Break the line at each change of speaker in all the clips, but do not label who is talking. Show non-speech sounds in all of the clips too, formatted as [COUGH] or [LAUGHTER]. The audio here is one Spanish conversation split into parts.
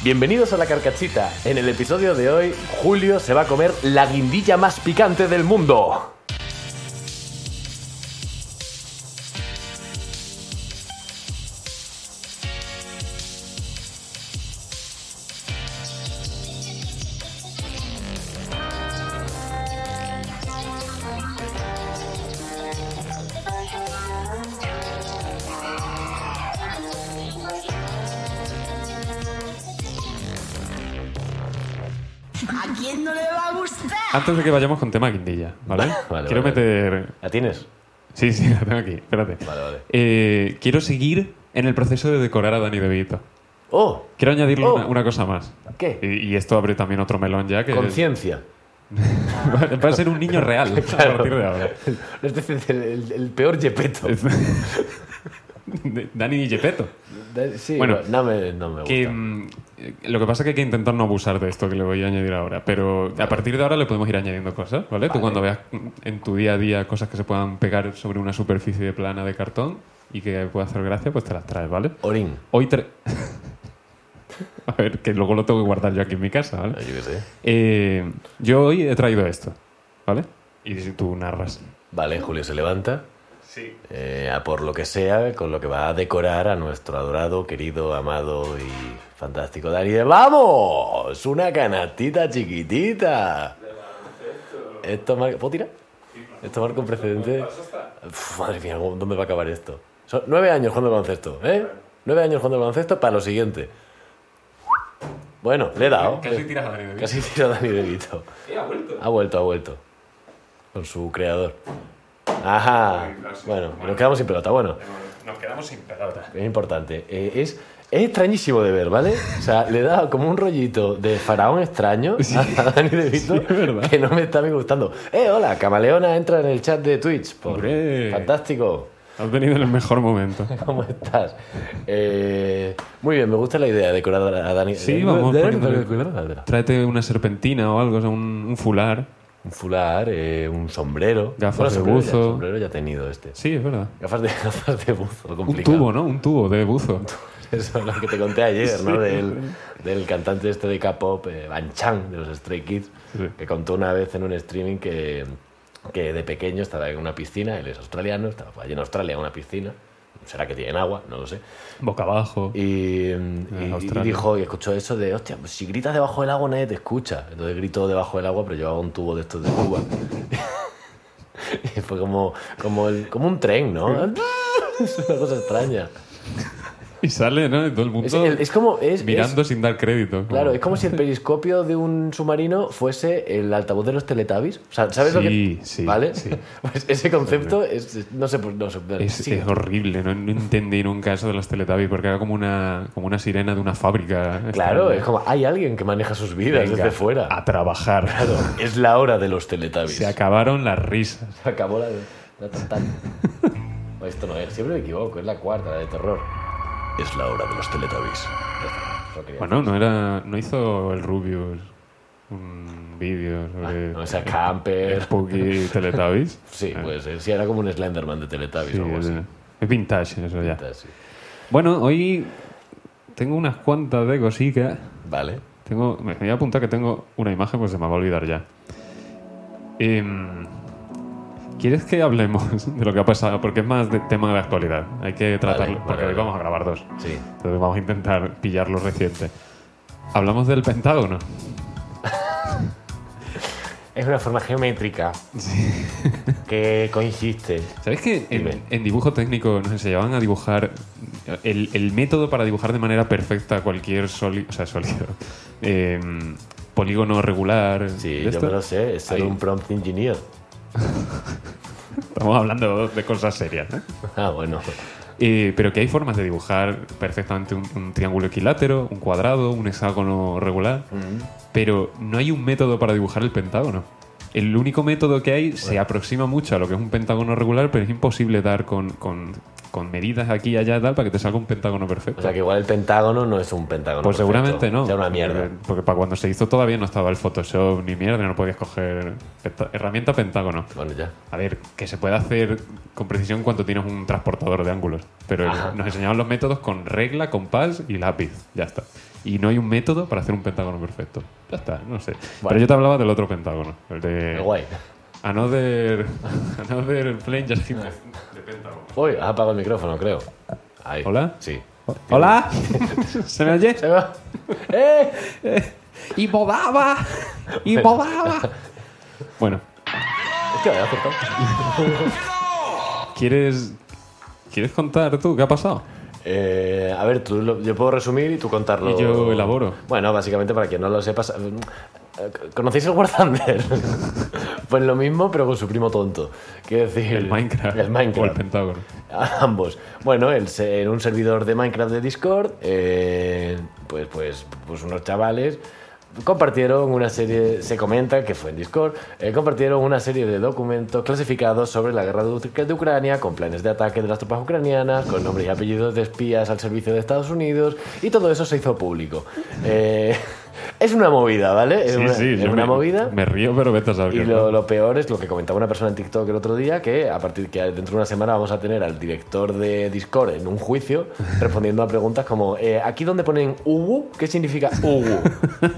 Bienvenidos a La Carcachita. En el episodio de hoy, Julio se va a comer la guindilla más picante del mundo.
¿A quién no le va a gustar?
Antes de que vayamos con tema guindilla, ¿vale?
[LAUGHS] Vale,
quiero
vale.
meter...
¿La tienes?
Sí, sí, [LAUGHS] la tengo aquí, espérate.
Vale, vale.
Eh, quiero seguir en el proceso de decorar a Dani De Vito.
¡Oh!
Quiero añadirle
Oh.
una, una cosa más.
¿Qué?
Y, y esto abre también otro melón ya
[LAUGHS]
que...
Conciencia.
[LAUGHS] va a ser un
[LAUGHS]
niño real a partir de ahora.
Este Es decir, el, el- el peor yepeto.
De- [LAUGHS] Dani y Gepetto.
Sí,
Bueno,
no me, no me gusta.
Que, mm, eh, lo que pasa es que hay que intentar no abusar de esto que le voy a añadir ahora, pero a partir de ahora le podemos ir añadiendo cosas, ¿vale? Tú cuando veas mm, en tu día a día cosas que se puedan pegar sobre una superficie de plana de cartón y que pueda hacer gracia, pues te las traes, ¿vale?
Orín.
Hoy tra- [LAUGHS] a ver, que luego lo tengo que guardar yo aquí en mi casa, ¿vale?
Ah, Yo qué sé.
Eh, yo hoy he traído esto, ¿vale? Y si tú narras.
Vale, Julio se levanta. Sí. eh, a por lo que sea, con lo que va a decorar a nuestro adorado, querido, amado y fantástico Dani de ¡Vamos! Una canastita chiquitita. Esto marca... ¿Puedo tirar? Esto marca un precedente. Uf, madre mía, ¿cómo- ¿dónde va a acabar esto? Son nueve años jugando al baloncesto, ¿eh? Nueve años jugando al baloncesto para lo siguiente. Bueno, le he dado.
tiras a
[LAUGHS]
Dani
Casi tira a Dani De Vito. Ha vuelto, ha vuelto. Con su creador. Ajá. Bueno, nos quedamos sin pelota. Bueno,
Nos quedamos sin pelota.
es importante. Eh, es, es extrañísimo de ver, ¿vale? O sea, le da como un rollito de faraón
[LAUGHS]
extraño a Dani De Vito
Sí, es verdad.
que no me está bien gustando. ¡Eh, hola! Camaleona entra en el chat de Twitch. por-
Hombre.
¡Fantástico!
Has venido en el mejor momento.
¿Cómo estás? Eh, muy bien, me gusta la idea de decorar a Dani.
Sí,
eh,
vamos.
de-
poniéndole- Tráete una serpentina o algo, o sea, un, un fular.
Un fular, eh, un sombrero.
Gafas de
sombrero ya-
buzo.
sombrero ya ha tenido este.
Sí, es verdad.
Gafas de, [LAUGHS] gafas de buzo,
Un
complicado.
tubo, ¿no? Un tubo
[LAUGHS]
de buzo.
Eso es lo que te conté ayer,
[LAUGHS]
¿no? Del, del cantante este de K-pop, eh, Van Chang, de los Stray Kids,
Sí.
que contó una vez en un streaming que, que de pequeño estaba en una piscina, él es australiano, estaba allí en Australia en una piscina. ¿Será que tienen agua? No lo sé.
Boca abajo.
Y, mm, y-
En
y
Australia.
dijo y escuchó eso de, hostia, pues si gritas debajo del agua nadie te escucha. Entonces gritó debajo del agua, pero llevaba un tubo de estos de Cuba. [LAUGHS] y fue como, como, el- como un tren, ¿no? [LAUGHS] es una cosa extraña.
Y sale, ¿no? Y todo el mundo
Es, el- es como... Es, es-
mirando sin dar crédito.
claro, es como si el periscopio de un submarino fuese el altavoz de los teletubbies. O sea, ¿sabes lo que...?
Sí, sí,
¿Vale?
sí.
[LAUGHS] Pues ese concepto es, es- no sé... pues, No sé
Es,
sí.
es horrible, no, no entendí nunca eso de los Teletubbies, porque era como una, como una sirena de una fábrica.
Claro,
Extraña.
es como hay alguien que maneja sus vidas
Venga,
desde fuera.
A
[LAUGHS]
trabajar.
Claro, es la hora de los teletubbies.
Se acabaron las risas.
Se [LAUGHS] acabó la de... La [LAUGHS] tartán. No, Esto no es, siempre me equivoco, es la cuarta, la de terror. Es la hora de los teletubbies. Ya está, solo quería
Bueno, no era no hizo el Rubius un vídeo sobre
decir. Ah, No, esa camper...
Spooky
[LAUGHS]
Teletubbies.
Sí,
Ah,
pues sí, era como un Slenderman de teletubbies
sí, eh.
o algo
es,
así.
es vintage eso ya.
Entonces, sí.
Bueno, hoy tengo unas cuantas de cositas.
Vale.
Tengo, me voy a apuntar que tengo una imagen, pues se me va a olvidar ya. Em, ¿Quieres que hablemos [LAUGHS] de lo que ha pasado? Porque es más de tema de actualidad. Hay que tratarlo,
vale,
porque
vale.
hoy vamos a grabar dos.
Sí.
Entonces vamos a intentar pillar lo reciente. Hablamos del Pentágono.
Es una forma geométrica que coincide.
¿Sabéis que
Dime.
en, en dibujo técnico nos enseñaban a dibujar el, el método para dibujar de manera perfecta cualquier sólido, o sea, sólido, [LAUGHS] em, polígono regular? de
Sí, yo
esto?
me lo sé, es ser
Ahí.
un prompt engineer. [LAUGHS]
Estamos hablando de cosas serias. ¿eh?
Ah, bueno.
Eh, pero que hay formas de dibujar perfectamente un, un triángulo equilátero, un cuadrado, un hexágono regular,
Mm.
pero no hay un método para dibujar el pentágono. El único método que hay se aproxima mucho a lo que es un pentágono regular, pero es imposible dar con, con con medidas aquí y allá y tal para que te salga un pentágono perfecto.
O sea que igual el pentágono no es un pentágono.
pues
perfecto.
seguramente no. Eh.
Sea una mierda.
Porque, porque para cuando se hizo todavía no estaba el Photoshop ni mierda, no podías coger penta- herramienta pentágono.
Bueno, ya.
A ver, que se puede hacer con precisión cuando tienes un transportador de ángulos. Pero
Ajá.
nos enseñaban los métodos con regla, compás y lápiz. Ya está. Y no hay un método para hacer un pentágono perfecto. Ya está, no sé. Pero yo te hablaba del otro pentágono. El de.
Qué guay. [LAUGHS]
Another. Another plane just hit the- the pentágono.
Uy, has apagado el micrófono, creo. Ahí.
¿Hola?
Sí.
¿Hola? ¿Se me oye?
Se va. [LAUGHS] ¡Eh!
¡Y bobaba! ¡Y bobaba! Bueno,
Es que me había acertado.
¿quieres. ¿Quieres contar tú qué ha pasado?
Eh, a ver, tú lo- yo puedo resumir y tú contarlo.
Y yo elaboro.
Bueno, básicamente para quien no lo sepa, sa- eh, ¿conocéis el War Thunder? [LAUGHS] pues lo mismo, pero con su primo tonto. Quiero decir,
El Minecraft.
El
O el
Minecraft.
Pentágono.
A ambos. Bueno, el se- en un servidor de Minecraft de Discord, eh, pues, pues, pues unos chavales compartieron una serie, se comenta que fue en Discord, eh, compartieron una serie de documentos clasificados sobre la guerra de, Uc- de Ucrania, con planes de ataque de las tropas ucranianas, con nombres y apellidos de espías al servicio de Estados Unidos, y todo eso se hizo público. Eh, [LAUGHS] es una movida, ¿vale? Es una, es
yo
una
me-
movida.
Me río, pero vete a saber
Y
qué
lo, lo peor es lo que comentaba una persona en TikTok el otro día, que a partir que dentro de una semana vamos a tener al director de Discord en un juicio
[LAUGHS]
respondiendo a preguntas como eh, aquí donde ponen UWU, ¿qué significa
[LAUGHS]
UWU?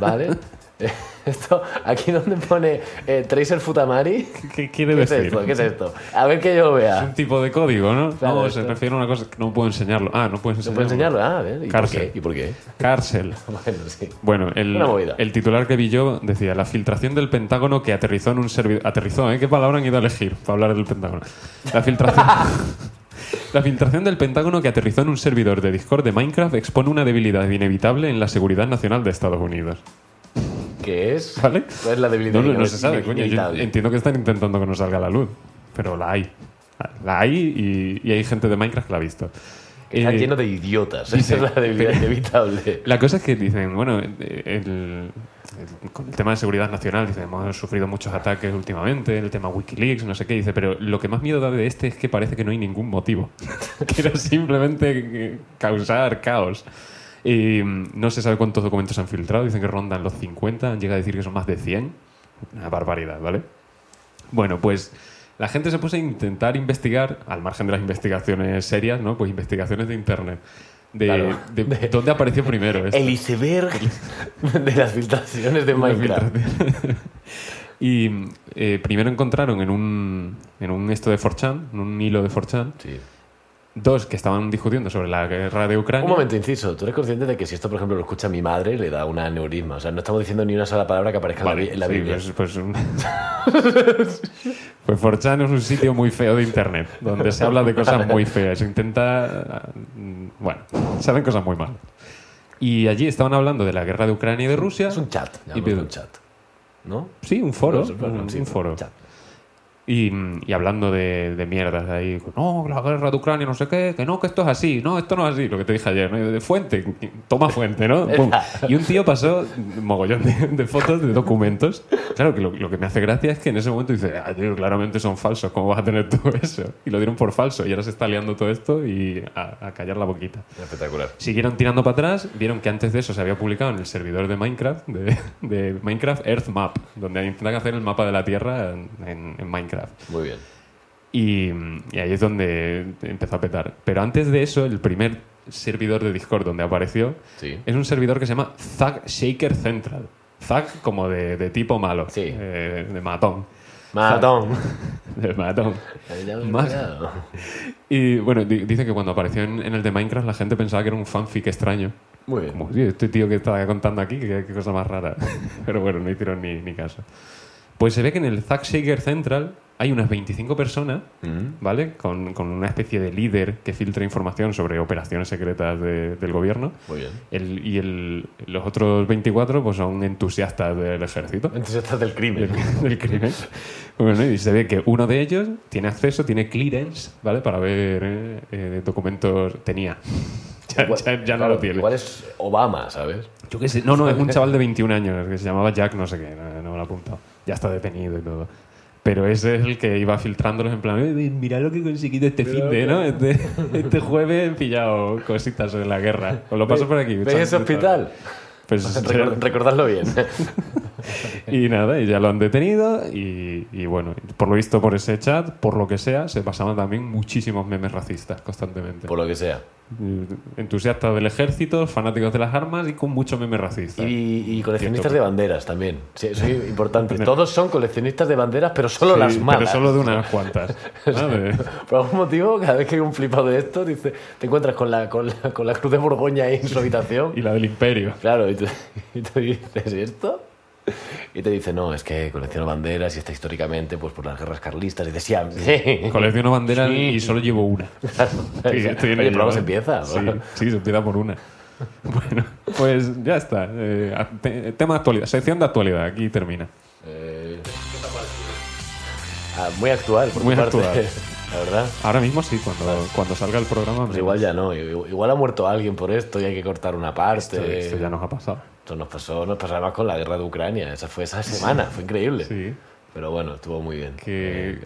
¿Vale? [LAUGHS] Eh, Esto, aquí donde pone eh, Tracer Futamari,
¿Qué quiere
¿qué es
decir?
esto? ¿Qué es esto? A ver que yo lo
Un
vea.
tipo de código, ¿no?
Claro,
no,
esto.
se refiere a una cosa que no puedo enseñarlo. Ah, no puedes
¿Se
enseñarlo.
puede enseñarlo? Ah, a ver, ¿y por
Cárcel.
qué? ¿Y por qué? [LAUGHS]
Cárcel.
Bueno, sí.
Bueno, el,
Una movida.
el titular que vi yo decía la filtración del Pentágono que aterrizó en un servidor. Aterrizó, ¿eh? ¿Qué palabra han ido a elegir para hablar del Pentágono?
[LAUGHS]
La filtración. La filtración del Pentágono que aterrizó en un servidor de Discord de Minecraft expone una debilidad inevitable en la seguridad nacional de Estados Unidos.
¿Qué es?
¿Vale?
¿Cuál es la debilidad?
No, no, no
inevi-
se sabe, coño. Yo
inevitable?
entiendo que están intentando que no salga a la luz, pero la hay. La hay y, y hay gente de Minecraft que la ha visto.
Está
Eh,
lleno de idiotas.
dice-
Esa [LAUGHS] es la
[LAUGHS]
debilidad inevitable.
La cosa es que dicen, bueno, el- el- con el tema de seguridad nacional, dicen, hemos sufrido muchos ataques últimamente, el tema Wikileaks, no sé qué, dice, pero lo que más miedo da de este es que parece que no hay ningún motivo, [LAUGHS] que era simplemente eh, causar caos. Y mm, no se sabe cuántos documentos se han filtrado, dicen que rondan los 50, han llegado a decir que son más de 100. Una barbaridad, ¿vale? Bueno, pues la gente se puso a intentar investigar, al margen de las investigaciones serias, ¿no? Pues investigaciones de internet. De,
Claro.
de dónde apareció primero. esto.
El iceberg [LAUGHS] de las filtraciones de Minecraft.
[LAUGHS] y eh, primero encontraron en un, en un esto de 4chan, en un hilo de 4chan,
Sí.
dos que estaban discutiendo sobre la guerra de Ucrania.
Un momento, inciso. ¿Tú eres consciente de que si esto, por ejemplo, lo escucha mi madre, le da un aneurisma? O sea, no estamos diciendo ni una sola palabra que aparezca en la
Vale,
bi- en la
sí,
Biblia.
pues, pues, un- [LAUGHS] pues 4chan es un sitio muy feo de internet, donde se habla de cosas muy feas. Se intenta. mm, Bueno, salen cosas muy malas. Y allí estaban hablando de la guerra de Ucrania y de Rusia.
Es un chat.
Y
llamémoslo
pido-
un chat. ¿No?
Sí, un foro.
Bueno,
un,
sí,
un foro.
chat.
Y, y hablando de, de mierdas de ahí, no, la guerra de Ucrania, no sé qué, que no, que esto es así, no, esto no es así, lo que te dije ayer, ¿no? Y de fuente, toma fuente, ¿no? Pum. Y un tío pasó mogollón de, de fotos, de documentos. Claro, que lo, lo que me hace gracia es que en ese momento dice, ah, tío, claramente son falsos, ¿cómo vas a tener todo [LAUGHS] eso? Y lo dieron por falso, y ahora se está liando todo esto y a, a callar la boquita.
Espectacular.
Siguieron tirando para atrás, vieron que antes de eso se había publicado en el servidor de Minecraft, de, de Minecraft Earth Map, donde intentan hacer el mapa de la Tierra en- en- en Minecraft.
Muy bien.
Y, y ahí es donde empezó a petar. Pero antes de eso, el primer servidor de Discord donde apareció
Sí.
es un servidor que se llama Zag Shaker Central. Zag como de, de tipo malo,
Sí.
eh, de matón. [LAUGHS]
Matón.
De matón.
Ya me he
Más-
olvidado.
Y bueno, di- dice que cuando apareció en, en el de Minecraft la gente pensaba que era un fanfic extraño.
Muy bien.
Como, "Oye, este tío que está contando aquí, qué, qué cosa más rara. [LAUGHS] Pero bueno, no hicieron ni, ni caso. Pues se ve que en el Zack Shaker Central hay unas 25 personas,
Mm.
¿vale? Con, con una especie de líder que filtra información sobre operaciones secretas de- del gobierno.
Muy bien.
El- y el- los otros 24 pues, son entusiastas del ejército
Entonces estás del
del,
crimen.
del crimen. Bueno, y se ve que uno de ellos tiene acceso, tiene clearance, ¿vale? Para ver eh, eh, documentos. Tenía. [LAUGHS] Ya,
Igual-
ya- ya no
claro,
lo tiene.
Igual es Obama, ¿sabes?
Yo qué sé.
[LAUGHS]
No, no, es un chaval de 21 años que se llamaba Jack, no sé qué, no, no me lo he apuntado. Ya está detenido y todo. Pero ese es el que iba filtrándolos en plan, "Eh, eh, mira lo que he conseguido este fin de, ¿no? Este, este [LAUGHS] jueves he pillado cositas de la guerra. Os lo paso por aquí.
¿Veis ese
[LAUGHS]
hospital? [LAUGHS]
Pues,
Record- recordadlo
[LAUGHS]
bien.
y nada, y ya lo han detenido y, y bueno, por lo visto por ese chat, por lo que sea, se pasaban también muchísimos memes racistas constantemente.
por lo que sea.
Entusiastas del ejército, fanáticos de las armas y con muchos memes racistas.
Y, y coleccionistas
Cierto.
de banderas también. Sí, eso es importante. Todos son coleccionistas de banderas, pero solo las
Sí,
malas.
Pero solo de unas cuantas. ¿sabes?
Por algún motivo, cada vez que hay un flipado de esto, dice, te encuentras con la, con la, con la cruz de Borgoña ahí en su habitación.
[LAUGHS] Y la del imperio.
Claro, y tú, [LAUGHS] y tú dices, ¿y esto? Y te dice, no, es que colecciono banderas y está históricamente pues por las guerras carlistas. Y dices, sí, am- [LAUGHS] sí.
Colecciono banderas
Sí.
y solo llevo
[LAUGHS]
una.
Oye,
estoy en
pero
ello,
vamos,
¿eh?
empieza.
Sí, sí, se empieza por una. [LAUGHS] Bueno, pues ya está. Eh, a- te- tema de actualidad, sección de actualidad, aquí termina.
Eh, ah, muy actual, por
Muy
tu parte,
actual.
[LAUGHS] La verdad.
Ahora mismo sí, cuando, cuando salga el programa.
Pues igual ya no, igual ha muerto alguien por esto y hay que cortar una parte.
esto, esto ya nos ha pasado.
Esto nos pasó, nos pasaba con la guerra de Ucrania, esa fue esa semana, fue increíble.
Sí,
Pero bueno, estuvo muy bien.
que. eh,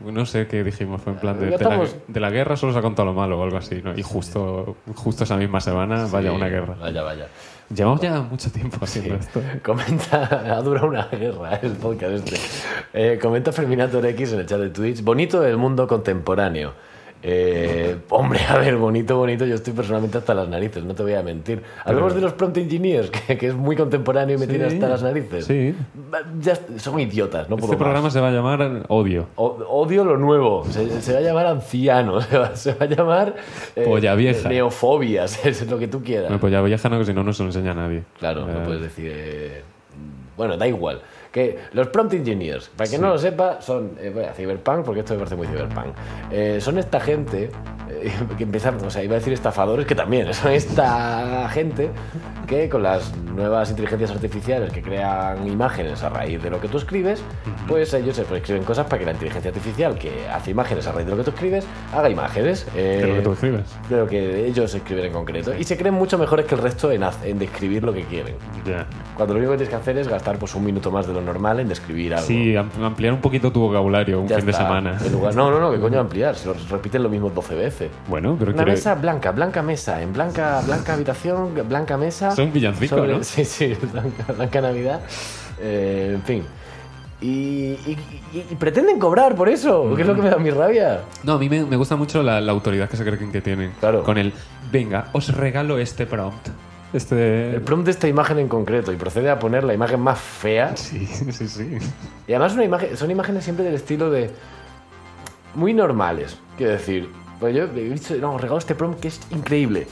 No sé qué dijimos, fue en plan de,
Ya
de la,
estamos-
de la guerra solo se ha contado lo malo o algo así, ¿no? Y justo, justo esa misma semana, vaya
Sí,
una guerra.
Vaya, vaya.
Llevamos ya mucho tiempo haciendo esto.
[LAUGHS] Comenta, ha durado una guerra el podcast este. Eh, comenta Ferminator X en el chat de Twitch. Bonito el mundo contemporáneo. Eh, hombre, a ver, bonito, bonito. Yo estoy personalmente hasta las narices, no te voy a mentir. Hablamos de los prompt engineers, [LAUGHS] que, que es muy contemporáneo y me
Sí.
tiene hasta las narices.
Sí.
Va, ya est- son idiotas, no puedo
Este
más.
programa se va a llamar Odio.
O- Odio lo nuevo. Se, se va a llamar anciano. [LAUGHS] Se va, se va a llamar. eh,
Polla vieja.
Neofobias. [LAUGHS] Es lo que tú quieras.
No, pues ya viaja, no, que si no, no se lo enseña a nadie.
Claro,
Eh,
no puedes decir. eh, bueno, da igual. Que los prompt engineers, para quien no lo sepa, son. eh, bueno, cyberpunk, porque esto me parece muy cyberpunk. Eh, son esta gente. eh, [LAUGHS] que empiezan. O sea, iba a decir estafadores, que también. [LAUGHS] Son esta gente que con las nuevas inteligencias artificiales que crean imágenes a raíz de lo que tú escribes, pues ellos se escriben cosas para que la inteligencia artificial que hace imágenes a raíz de lo que tú escribes, haga imágenes.
que es lo
eh,
que tú escribes.
de lo que ellos escriben en concreto. Y se creen mucho mejores que el resto en, haz- en describir lo que quieren.
Ya.
Cuando lo único que tienes que hacer es gastar pues, un minuto más de lo normal en describir algo.
Sí, am- ampliar un poquito tu vocabulario un
Ya
fin de
está.
semana.
En lugar- no, no, no, que coño ampliar. Se lo repiten lo mismo 12 veces.
Bueno, pero
Una
quiere-
mesa blanca, blanca mesa, en blanca, blanca habitación, blanca mesa.
Son villancicos,
Sobre- [LAUGHS]
¿no?
Sí, sí, blanca, blanca Navidad. Eh, en fin. Y, y- y- y pretenden cobrar por eso, que es
Mm.
lo que me da mi rabia.
No, a mí me, me gusta mucho la, la autoridad que se creen que tienen.
Claro.
Con el, venga, os regalo este prompt. Este...
El prompt de esta imagen en concreto y procede a poner la imagen más fea
Sí, [LAUGHS] sí, sí.
Y además una imagen, son imágenes siempre del estilo de... Muy normales, quiero decir. Pues yo he visto, no, regalo este prompt que es increíble.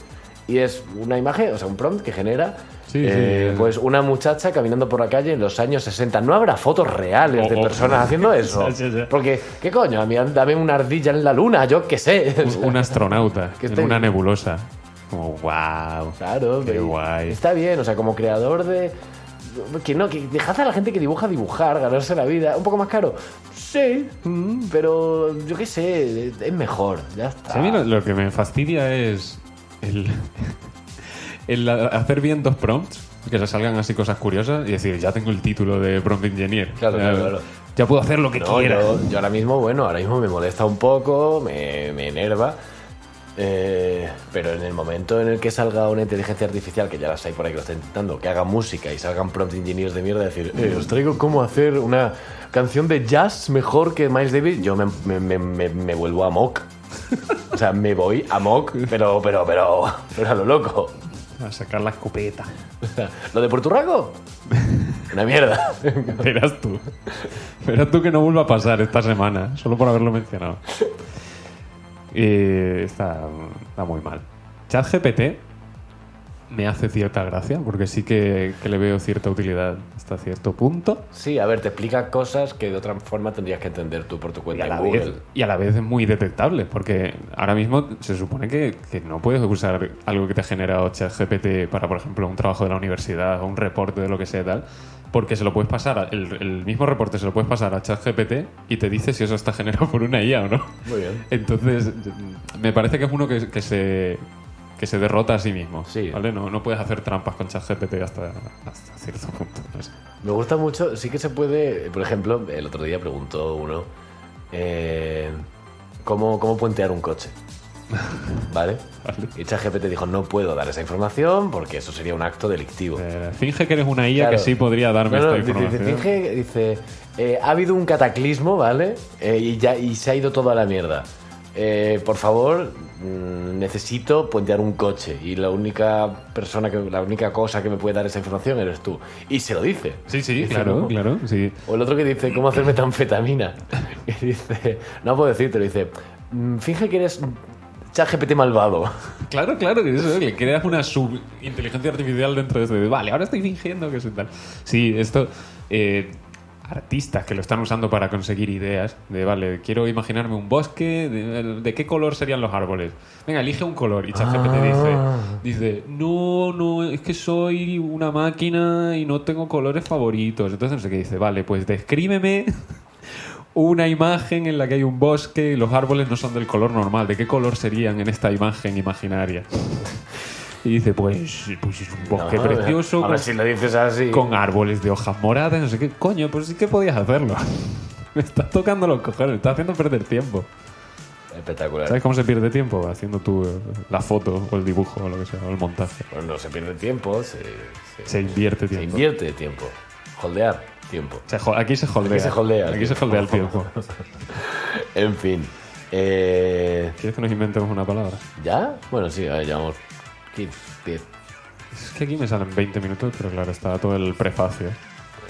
Y es una imagen, o sea, un prompt que genera...
Sí,
eh,
sí.
pues una muchacha caminando por la calle en los años 60. No habrá fotos reales de
Ojo.
personas
[LAUGHS]
haciendo eso.
Sí, sí, sí.
Porque, ¿qué coño? A mí dame una ardilla en la luna, yo qué sé. [LAUGHS] O sea, [LAUGHS]
Un, un astronauta
Que este-
en
estoy-
una nebulosa. Como, wow.
Claro,
Qué
pero
guay.
Está bien, o sea, como creador de. Que no, que dejad a la gente que dibuja dibujar, ganarse la vida. ¿Un poco más caro? Sí, mm, pero yo qué sé, es mejor, ya
O
está.
sea, a mí lo, lo que me fastidia es el, [LAUGHS] el a- hacer bien dos prompts, que se salgan así cosas curiosas y decir, ya tengo el título de prompt engineer.
Claro,
ya,
claro, claro.
ya puedo hacer lo que
No,
quiera.
yo, yo ahora mismo, bueno, ahora mismo me molesta un poco, me, me enerva. eh, pero en el momento en el que salga una inteligencia artificial, que ya las hay por ahí que lo están intentando, que haga música y salgan prompt engineers de mierda, decir, "Eh, os traigo cómo hacer una canción de jazz mejor que Miles Davis, yo me, me- me- me- me vuelvo a mock. O sea, me voy a mock, pero, pero, pero, pero a lo loco.
A sacar la escopeta. [LAUGHS]
¿Lo de Porturraco? Una mierda.
Verás tú. Verás tú que no vuelva a pasar esta semana, solo por haberlo mencionado. Eh, está, está muy mal. ChatGPT me hace cierta gracia, porque sí que, que le veo cierta utilidad hasta cierto punto.
Sí, a ver, te explica cosas que de otra forma tendrías que entender tú por tu
Y
cuenta
a,
en
la
Google.
vez, y a la vez es muy detectable, porque ahora mismo se supone que, que no puedes usar algo que te ha generado ChatGPT para, por ejemplo, un trabajo de la universidad o un reporte de lo que sea y tal, porque se lo puedes pasar, a- el, el mismo reporte se lo puedes pasar a ChatGPT y te dice si eso está generado por una IA o no. [LAUGHS]
Muy bien.
Entonces, me parece que es uno que, que se que se derrota a sí mismo.
Sí.
¿vale? No, no puedes hacer trampas con ChatGPT hasta, hasta cierto punto. no sé.
Me gusta mucho, sí que se puede, por ejemplo, el otro día preguntó uno eh, ¿cómo, cómo puentear un
[LAUGHS]
coche. ¿Vale? Y ChatGPT dijo, no puedo dar esa información porque eso sería un acto delictivo.
Eh, finge que eres una IA
Claro.
que sí podría darme
No, no,
esta
dice-
información.
Dice, finge- dice, eh, ha habido un cataclismo, ¿vale? Eh, y, ya, y se ha ido todo a la mierda. Eh, por favor, mm, necesito puentear un coche y la única persona, que, la única cosa que me puede dar esa información eres tú. Y se lo dice.
Sí, sí,
Dice,
claro,
¿no?
claro. Sí.
O el otro que dice, ¿cómo hacer
[LAUGHS]
metanfetamina? Y dice, no puedo decirte, dice, "Mm, finge que eres ChatGPT malvado.
Claro, claro, que eso, que creas una subinteligencia artificial dentro de eso. de, Vale, ahora estoy fingiendo que soy tal. Sí, esto. eh, artistas que lo están usando para conseguir ideas. De vale, quiero imaginarme un bosque, de, de qué color serían los árboles. Venga, elige un color. Y ChatGPT
Ah.
dice, dice, no, no, es que soy una máquina y no tengo colores favoritos. Entonces no sé qué dice, vale, pues descríbeme una imagen en la que hay un bosque y los árboles no son del color normal. ¿De qué color serían en esta imagen imaginaria? [LAUGHS] Y dice, pues, pues es un bosque
No,
precioso
Ahora
con,
si lo dices así.
con árboles de hojas moradas, no sé qué. Coño, pues sí que podías hacerlo. [LAUGHS] Me estás tocando los cojones, me estás haciendo perder tiempo.
Espectacular.
¿Sabes cómo se pierde tiempo? Haciendo tú eh, la foto o el dibujo o lo que sea, o el montaje.
Bueno, no se pierde tiempo, se, se-
Se invierte
se
tiempo.
invierte tiempo. Holdear tiempo.
Se jo- aquí se holdea.
Aquí se holdea,
Aquí
tío.
se holdea el tiempo.
En fin. eh,
¿Quieres que nos inventemos una palabra?
¿Ya? Bueno, sí, a ver, llevamos 15, 10.
Es que aquí me salen 20 minutos, pero claro, está todo el prefacio.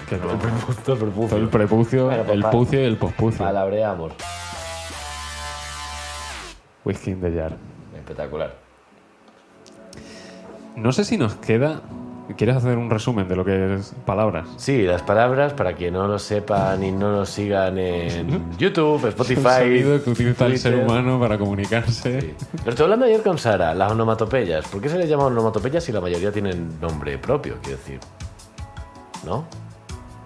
Que no-
Justo el [LAUGHS] prepucio.
todo el prepucio,
Bueno, pues
el
pa-
pucio y el pospucio.
Palabreamos.
Whisky in the jar.
Espectacular.
No sé si nos queda... ¿Quieres hacer un resumen de lo que es palabras?
Sí, las palabras, para quien no lo sepan y no nos sigan
[LAUGHS]
en YouTube,
El
Spotify.
sonido que utiliza el ser
Twitter.
humano para comunicarse.
Sí. Lo estoy hablando ayer con Sara, las onomatopeyas. ¿Por qué se les llama onomatopeyas si la mayoría tienen nombre propio? Quiero decir, ¿no?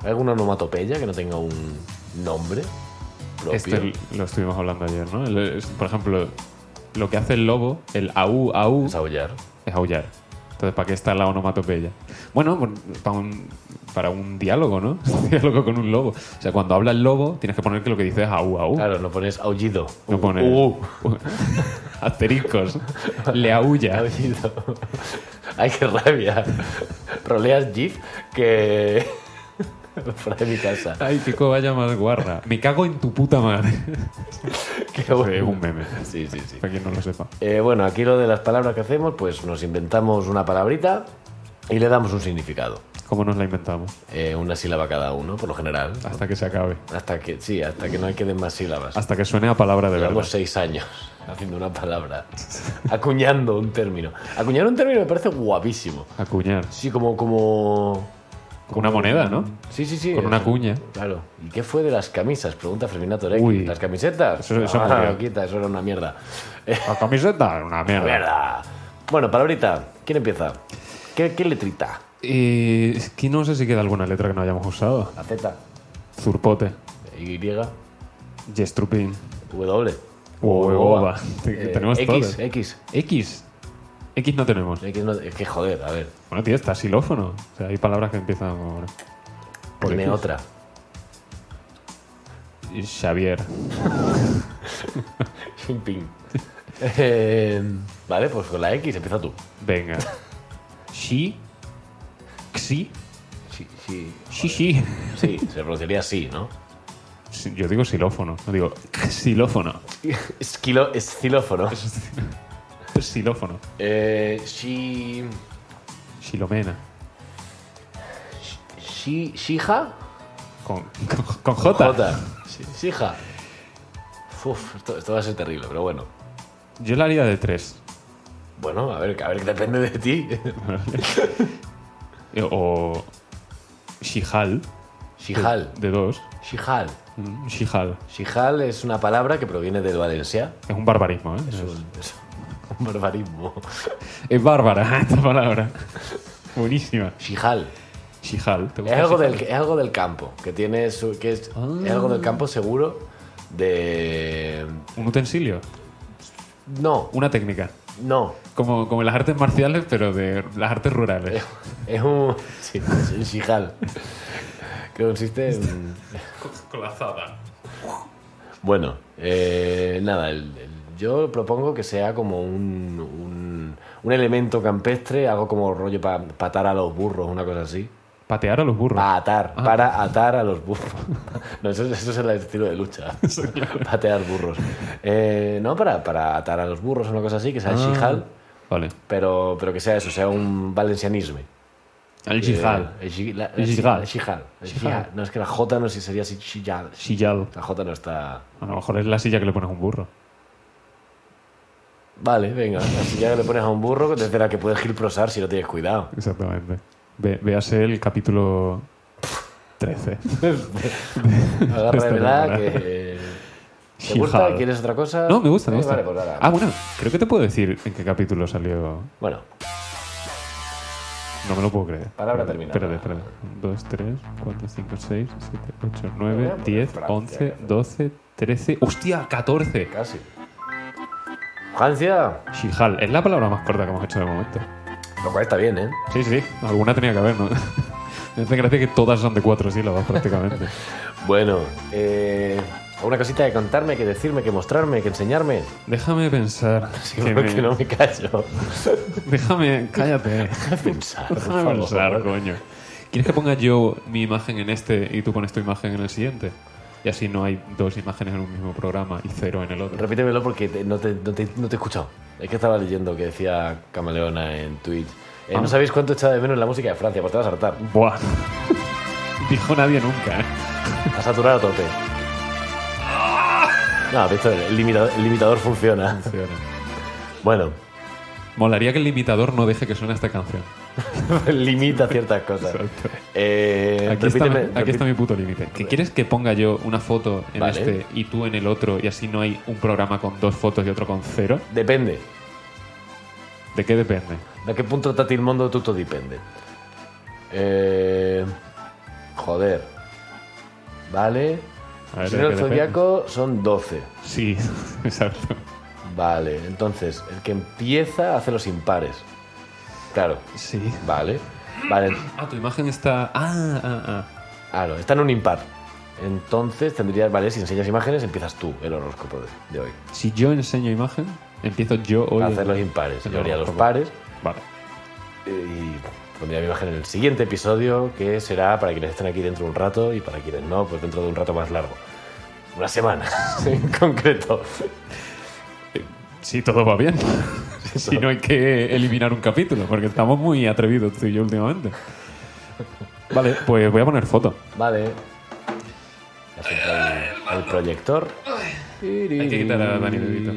¿Hay alguna onomatopeya que no tenga un nombre propio?
Este lo estuvimos hablando ayer, ¿no? El- es- por ejemplo, lo que hace el lobo, el au au,
Es aullar.
es aullar. Entonces, ¿para qué está la onomatopeya? Bueno, por- para un, para un diálogo, ¿no? [LAUGHS] Un diálogo con un lobo. O sea, cuando habla el lobo, tienes que poner que lo que dice es au au.
Claro, no pones aullido.
No pone
Uh,
[LAUGHS] asteriscos. Le aulla.
aullido. [LAUGHS] Ay, qué rabia. Roleas GIF que... [LAUGHS] Fuera de mi
[LAUGHS]
casa.
Ay, qué cobaya más guarra. Me cago en tu
[LAUGHS]
puta madre.
Qué
Es
bueno.
un meme.
Sí, sí, sí.
Para quien no lo sepa.
Eh, bueno, aquí lo de las palabras que hacemos, pues nos inventamos una palabrita y le damos un significado.
¿Cómo nos la inventamos?
Eh, una sílaba cada uno, por lo general.
Hasta que se acabe.
Hasta que, sí, hasta que no queden más sílabas.
Hasta que suene a palabra de verdad.
Llevamos seis años [LAUGHS] haciendo una palabra, acuñando un término. Acuñar un término me parece guapísimo.
Acuñar.
Sí, como, como...
Con una moneda,
[LAUGHS]
¿no?
Sí, sí, sí.
Con una cuña.
Claro. ¿Y qué fue de las camisas? Pregunta Fermina Torek.
Uy.
¿Las camisetas?
Eso- eso
Ah,
murió.
quita, eso era una mierda.
La camiseta era una mierda.
Mierda. Bueno, palabrita, ¿quién empieza? ¿Qué, qué letrita?
Eh, es que no sé si queda alguna letra que no hayamos usado.
La Z,
Zurpote.
Y,
Yestrupin.
W.
[LAUGHS] Huevoba.
Eh,
Tenemos
X,
todas.
X.
X. X no tenemos.
Es que, no- es que joder, a ver.
Bueno, tío, está xilófono. O sea, hay palabras que empiezan por... por
Dime
X. [LAUGHS]
otra.
Xavier.
Ping. Eh, vale, pues con la X empieza tú. [LAUGHS]
Venga. Xi. Xi.
Sí, sí.
Xi, xi.
Sí, se pronunciaría así, ¿no?
Sí, Yo digo xilófono. No digo xilófono.
Esquilo, estilófono.
Xilófono.
Eh, shi,
Xilomena.
shi, shija.
Con, con, con J.
J. Shi- Shija. Uf, esto, esto va a ser terrible, pero bueno.
Yo la haría de tres.
Bueno, a ver, a ver, que depende de ti. [LAUGHS]
Eh, O. Shihal.
Shijal.
De dos.
Shijal.
Mm, Shihal.
Shijal es una palabra que proviene del Valencia.
Es un barbarismo, ¿eh?
Es un, es un barbarismo.
Es bárbara [LAUGHS] esta palabra. Buenísima.
Shijal.
Shihal. ¿Te
Es
gusta
algo,
Shihal?
del, es algo del campo, que tiene su- que es,
Ah.
es algo del campo seguro de...
Un utensilio.
No,
Una técnica.
no. [LAUGHS]
Como, como en las artes
Eh.
marciales, pero de las artes rurales.
Es un... Sí, es un shijal. que consiste en...
Colazada.
Bueno, eh, nada, el- el- yo propongo que sea como un, un, un elemento campestre, algo como rollo para atar a los burros, una cosa así.
Patear a los burros.
Para atar, para atar a los burros. [LAUGHS] No, eso, eso es el estilo de
[LAUGHS]
lucha. Patear burros. Eh, no, para, para atar a los burros, una cosa así, que sea
Ah.
el shihal,
Vale.
pero, pero que sea eso, sea un valencianismo. Eh,
El Jihal.
Eh,
El shi- la-
El
el shi-
shihal.
el shihal, el
Shihal.
shihal. No, es que la J no sé si sería así, shihal.
Shiyal.
La J no está...
A lo mejor es la silla que le pones a un burro.
Vale, venga. Así ya que le pones a un burro desde la que puedes gilprosar si no tienes
[LAUGHS]
cuidado.
Exactamente. Ve- véase el capítulo 13.
Agarra
Está
de verdad
regular.
que... eh, ¿Te
Shihal.
gusta? ¿Quieres otra cosa?
No, me gusta, me
Eh,
gusta.
Vale, pues ahora.
ah, bueno, creo que te puedo decir en qué capítulo salió.
Bueno,
No me lo puedo creer.
Palabra
Espérate,
terminada.
Espérate, espérate. 2, 3, 4, 5, 6, 7, 8,
Voy a
9,
poner
10,
Francia,
11,
casi.
12, 13. ¡Hostia! 14.
casi. Francia,
Shihal. Es la palabra más corta que hemos hecho de momento.
lo cual está bien, ¿eh?
Sí, sí. Alguna tenía que haber, ¿no? [LAUGHS] Me hace gracia que todas son de cuatro sílabas
[LAUGHS]
prácticamente.
Bueno, eh, ¿alguna cosita que contarme, que decirme, que mostrarme, que enseñarme? [LAUGHS]
Déjame pensar.
Sí,
que
porque
me-
no me
[LAUGHS]
callo.
Déjame, cállate.
Pensar, [LAUGHS] por
Déjame
favor.
pensar, coño. ¿Quieres que ponga yo mi imagen en este y tú pones tu imagen en el siguiente? Y así no hay dos imágenes en un mismo programa y cero en el otro.
Repítemelo porque te- no, te, no, te, no te he escuchado. Es que estaba leyendo que decía Camaleona en Twitch.
Ah.
eh, No sabéis cuánto echaba de menos la música de Francia, pues te vas a hartar.
Buah. [LAUGHS] Dijo nadie nunca, ¿eh?
A saturar a
[LAUGHS]
tope. No, pero esto, el, limitador, el limitador
[LAUGHS]
funciona. Bueno, [LAUGHS]
Molaría que el limitador no deje que suene esta canción.
limita ciertas cosas.
Exacto.
Eh,
Aquí, está,
repíteme-
mi- aquí está mi puto límite. ¿Que quieres que ponga yo una foto en
Vale.
este y tú en el otro y así no hay un programa con dos fotos y otro con cero?
repi- Depende.
¿De qué depende?
¿De qué punto está el mundo tutto depende? Eh, joder. Vale.
A ver,
Si
¿de
no, el
qué depende?
zodiaco son 12.
Sí, [LAUGHS] exacto.
Vale, entonces, el que empieza hace los impares. Claro,
Sí.
vale. Vale,
Ah, tu imagen está. Ah, ah, ah.
claro, está en un impar. Entonces tendrías, vale, si enseñas imágenes, empiezas tú el horóscopo de, de hoy.
Si yo enseño imagen, empiezo yo hoy.
Para
en-
hacer los impares.
el
Yo haría los
horóscopo.
pares
Vale.
eh, y pondría mi imagen en el siguiente episodio, que será para quienes estén aquí dentro de un rato y para quienes no, pues dentro de un rato más largo. Una semana, [LAUGHS] en concreto.
Si todo va [LAUGHS] bien. si no hay que eliminar un capítulo, porque estamos muy atrevidos tú y yo últimamente. Vale, pues voy a poner foto.
Vale. Ya se entra el- el proyector.
Hay que quitar a Dani Bebito.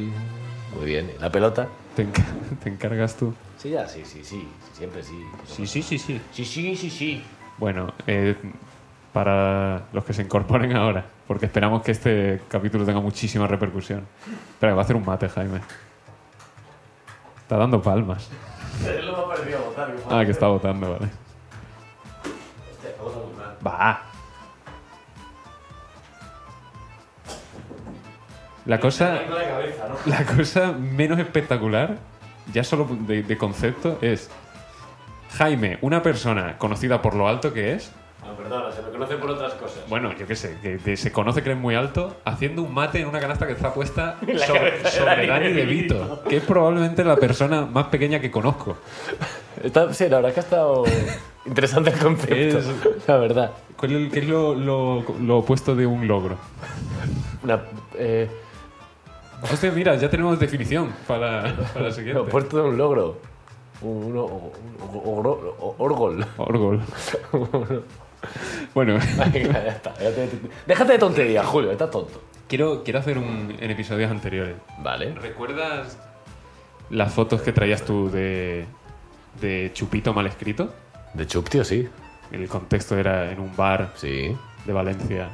Muy bien, la pelota.
Te, enca- te encargas tú.
Sí, ya, sí, sí, sí, sí, siempre sí.
sí, sí, sí.
Sí, sí, sí, sí.
Bueno, eh, para los que se incorporen ahora, porque esperamos que este capítulo tenga muchísima repercusión. Espera, que va a hacer un mate, Jaime. Está dando palmas. Ah, que está votando, vale.
Este,
Va. La cosa, [LAUGHS] la cosa menos espectacular, ya solo de, de concepto, es Jaime, una persona conocida por lo alto que es.
No, perdona, se me conocen por otras cosas.
Bueno, yo qué sé, que, que se conoce que es muy alto, haciendo un mate en una canasta que está puesta sobre, sobre Dani De Vito, que es probablemente la persona más pequeña que conozco.
Está, sí, la verdad es que ha estado [LAUGHS] interesante el concepto.
Es-
La verdad.
¿Cuál es, el- qué es lo, lo- lo opuesto de un logro?
Una, eh,
Hostia, mira, ya tenemos definición para, para la siguiente.
lo opuesto de un logro. Un, un- un- un- un- un- orgol. [LAUGHS]
Orgol. bueno,
Venga, ya está. ya te- te- Déjate de tonterías, Julio, estás tonto.
quiero, quiero hacer un en episodios anteriores.
Vale.
¿Recuerdas las fotos que traías tú de, de Chupito mal escrito?
De chup, tío, sí.
El contexto era en un bar
Sí.
de Valencia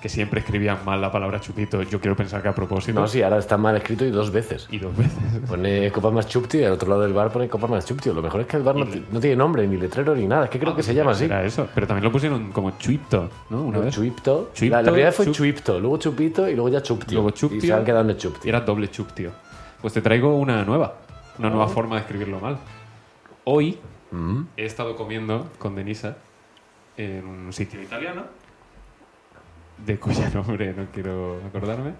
que siempre escribían mal la palabra Chupito. Yo quiero pensar que a propósito.
No, sí, ahora está mal escrito y dos veces.
Y dos veces.
Pone Copa más chupti y al otro lado del bar pone Copa más chupti. Lo mejor es que el bar no, ti- no tiene nombre, ni letrero, ni nada. Es que creo que se llama así.
Era eso. Pero también lo pusieron como Chuipto, ¿no? Una vez.
Chuipto.
Chuipto,
la, la primera fue
chup-
Chuipto, luego Chupito y luego ya Chuptio.
Luego Chuptio.
Y se han quedado en el Chuptio.
Era doble Chuptio. Pues te traigo una nueva. Una nueva Mm. forma de escribirlo mal. Hoy he estado comiendo con Denisa en un sitio italiano, de cuyo [LAUGHS] nombre no quiero acordarme.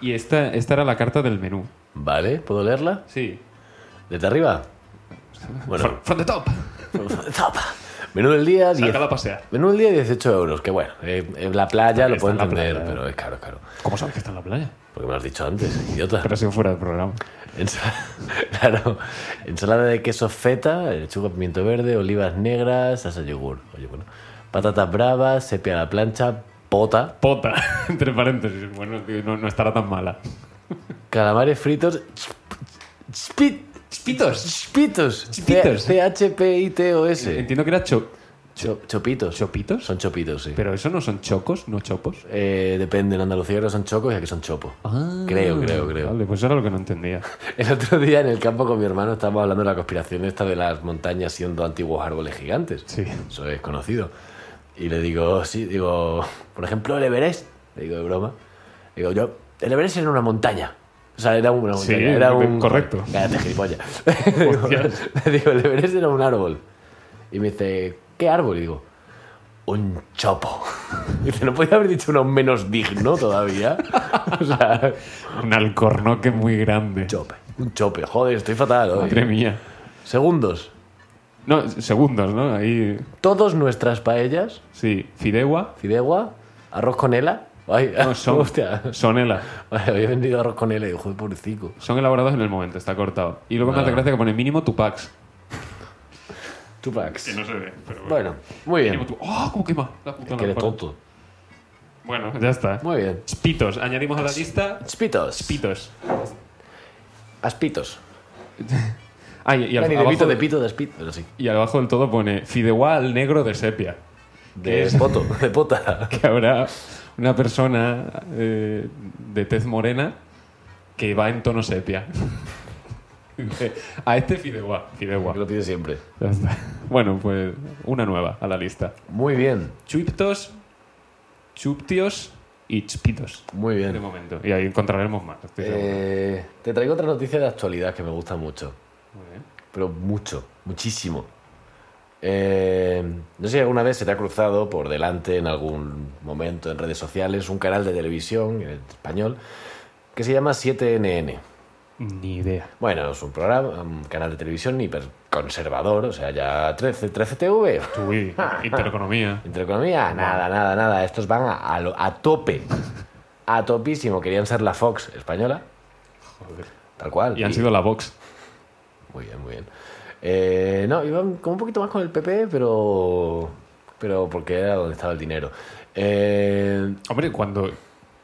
Y esta, esta era la carta del menú.
Vale, ¿puedo leerla?
Sí.
¿Desde arriba?
[LAUGHS] Bueno. Ah, From, from the top.
[LAUGHS] Zapa. Menú del día,
Se
10.
acaba de pasear.
Menú del día, 18 euros. Que bueno, eh, en la playa lo
Está
puedo
en la
entender,
playa.
pero es caro, es caro.
¿Cómo sabes que está en la playa?
Porque me lo has dicho antes, idiota.
Ah. Pero ha sido fuera del programa.
Ensa- [LAUGHS] claro, ensalada de queso feta, lechuga, pimiento verde, olivas negras, salsa yogur. Oye, bueno. Patatas bravas, sepia a la plancha, pota,
Pota, [LAUGHS] entre paréntesis. Bueno, tío, no, no estará tan mala.
calamares fritos, spit,
Chipitos.
spitos,
Chipitos.
C-H-P-I-T-O-S.
Entiendo que era cho-
Cho- chopitos.
chopitos.
Son chopitos, sí.
Pero eso no son chocos, no chopos.
Eh, depende, en Andalucía creo que son chocos y aquí son chopos.
Ah.
creo, creo, creo.
Vale, pues era lo que no entendía.
El otro día en el campo con mi hermano estábamos hablando de la conspiración esta de las montañas siendo antiguos árboles gigantes.
Sí.
Eso es conocido. Y le digo, "Oh, sí, digo, por ejemplo, el Everest. Le digo de broma. Digo, yo, el Everest era una montaña. O sea, era una
Sí,
montaña. era
de-
un...
correcto.
[LAUGHS] Cállate,
[LAUGHS]
gilipollas. digo,
Hostias.
le [LAUGHS] digo, el Everest era un árbol. Y me dice, ¿qué árbol? Y digo, un chopo. [LAUGHS] Y dice, no podía haber dicho uno menos digno todavía. [LAUGHS] o sea,
Un alcornoque muy grande.
chope. Un chope. Joder, estoy fatal hoy.
Madre mía.
Segundos.
No, segundos, ¿no? Ahí,
Todas nuestras paellas,
sí. Fideuá.
fidegua, arroz con hela. Ay, [LAUGHS]
No, son,
hostia.
sonela.
Vale, había vendido arroz con hela y joder, pobrecito.
Son elaborados en el momento, está cortado. Y luego me hace
Ah.
gracia que pone mínimo Tupacs.
Tupacs.
se ve, pero
Bueno, muy bien.
Mínimo Tupac. ¡Oh, cómo quema! La puta
Que eres
lámpara.
tonto.
Bueno, ya está.
Muy bien.
Spitos, añadimos a la lista.
Spitos.
Pitos.
Aspitos.
Ah, y, y al-
Ni de
abajo,
pito, de pito, de aspito. Pero sí.
y abajo del todo pone Fideuá al negro de sepia.
De poto, de pota.
[LAUGHS] que habrá una persona eh, de tez morena que va en tono sepia. [LAUGHS] Dice, a este fideuá, fideuá.
Que lo pide siempre.
Ya está. Bueno, pues una nueva a la lista.
Muy bien,
Chuiptos, chuptios y chpitos.
muy
De
bien.
momento. Y ahí encontraremos más. estoy seguro.
Eh, te traigo otra noticia de actualidad que me gusta mucho.
Muy bien.
pero mucho, muchísimo. Eh, no sé si alguna vez se te ha cruzado por delante en algún momento en redes sociales un canal de televisión en español que se llama 7NN.
Ni idea.
Bueno, es un programa, un canal de televisión hiperconservador, o sea, ya 13, 13 TV.
Uy,
[LAUGHS]
intereconomía.
Intereconomía, nada, nada, nada. Estos van a, a lo- a tope. A topísimo. Querían ser la Fox española,
Joder.
tal cual.
Y han sido la Vox.
Muy bien, muy bien. Eh, no, iban como un poquito más con el PP, pero. Pero porque era donde estaba el dinero. Eh,
Hombre, cuando...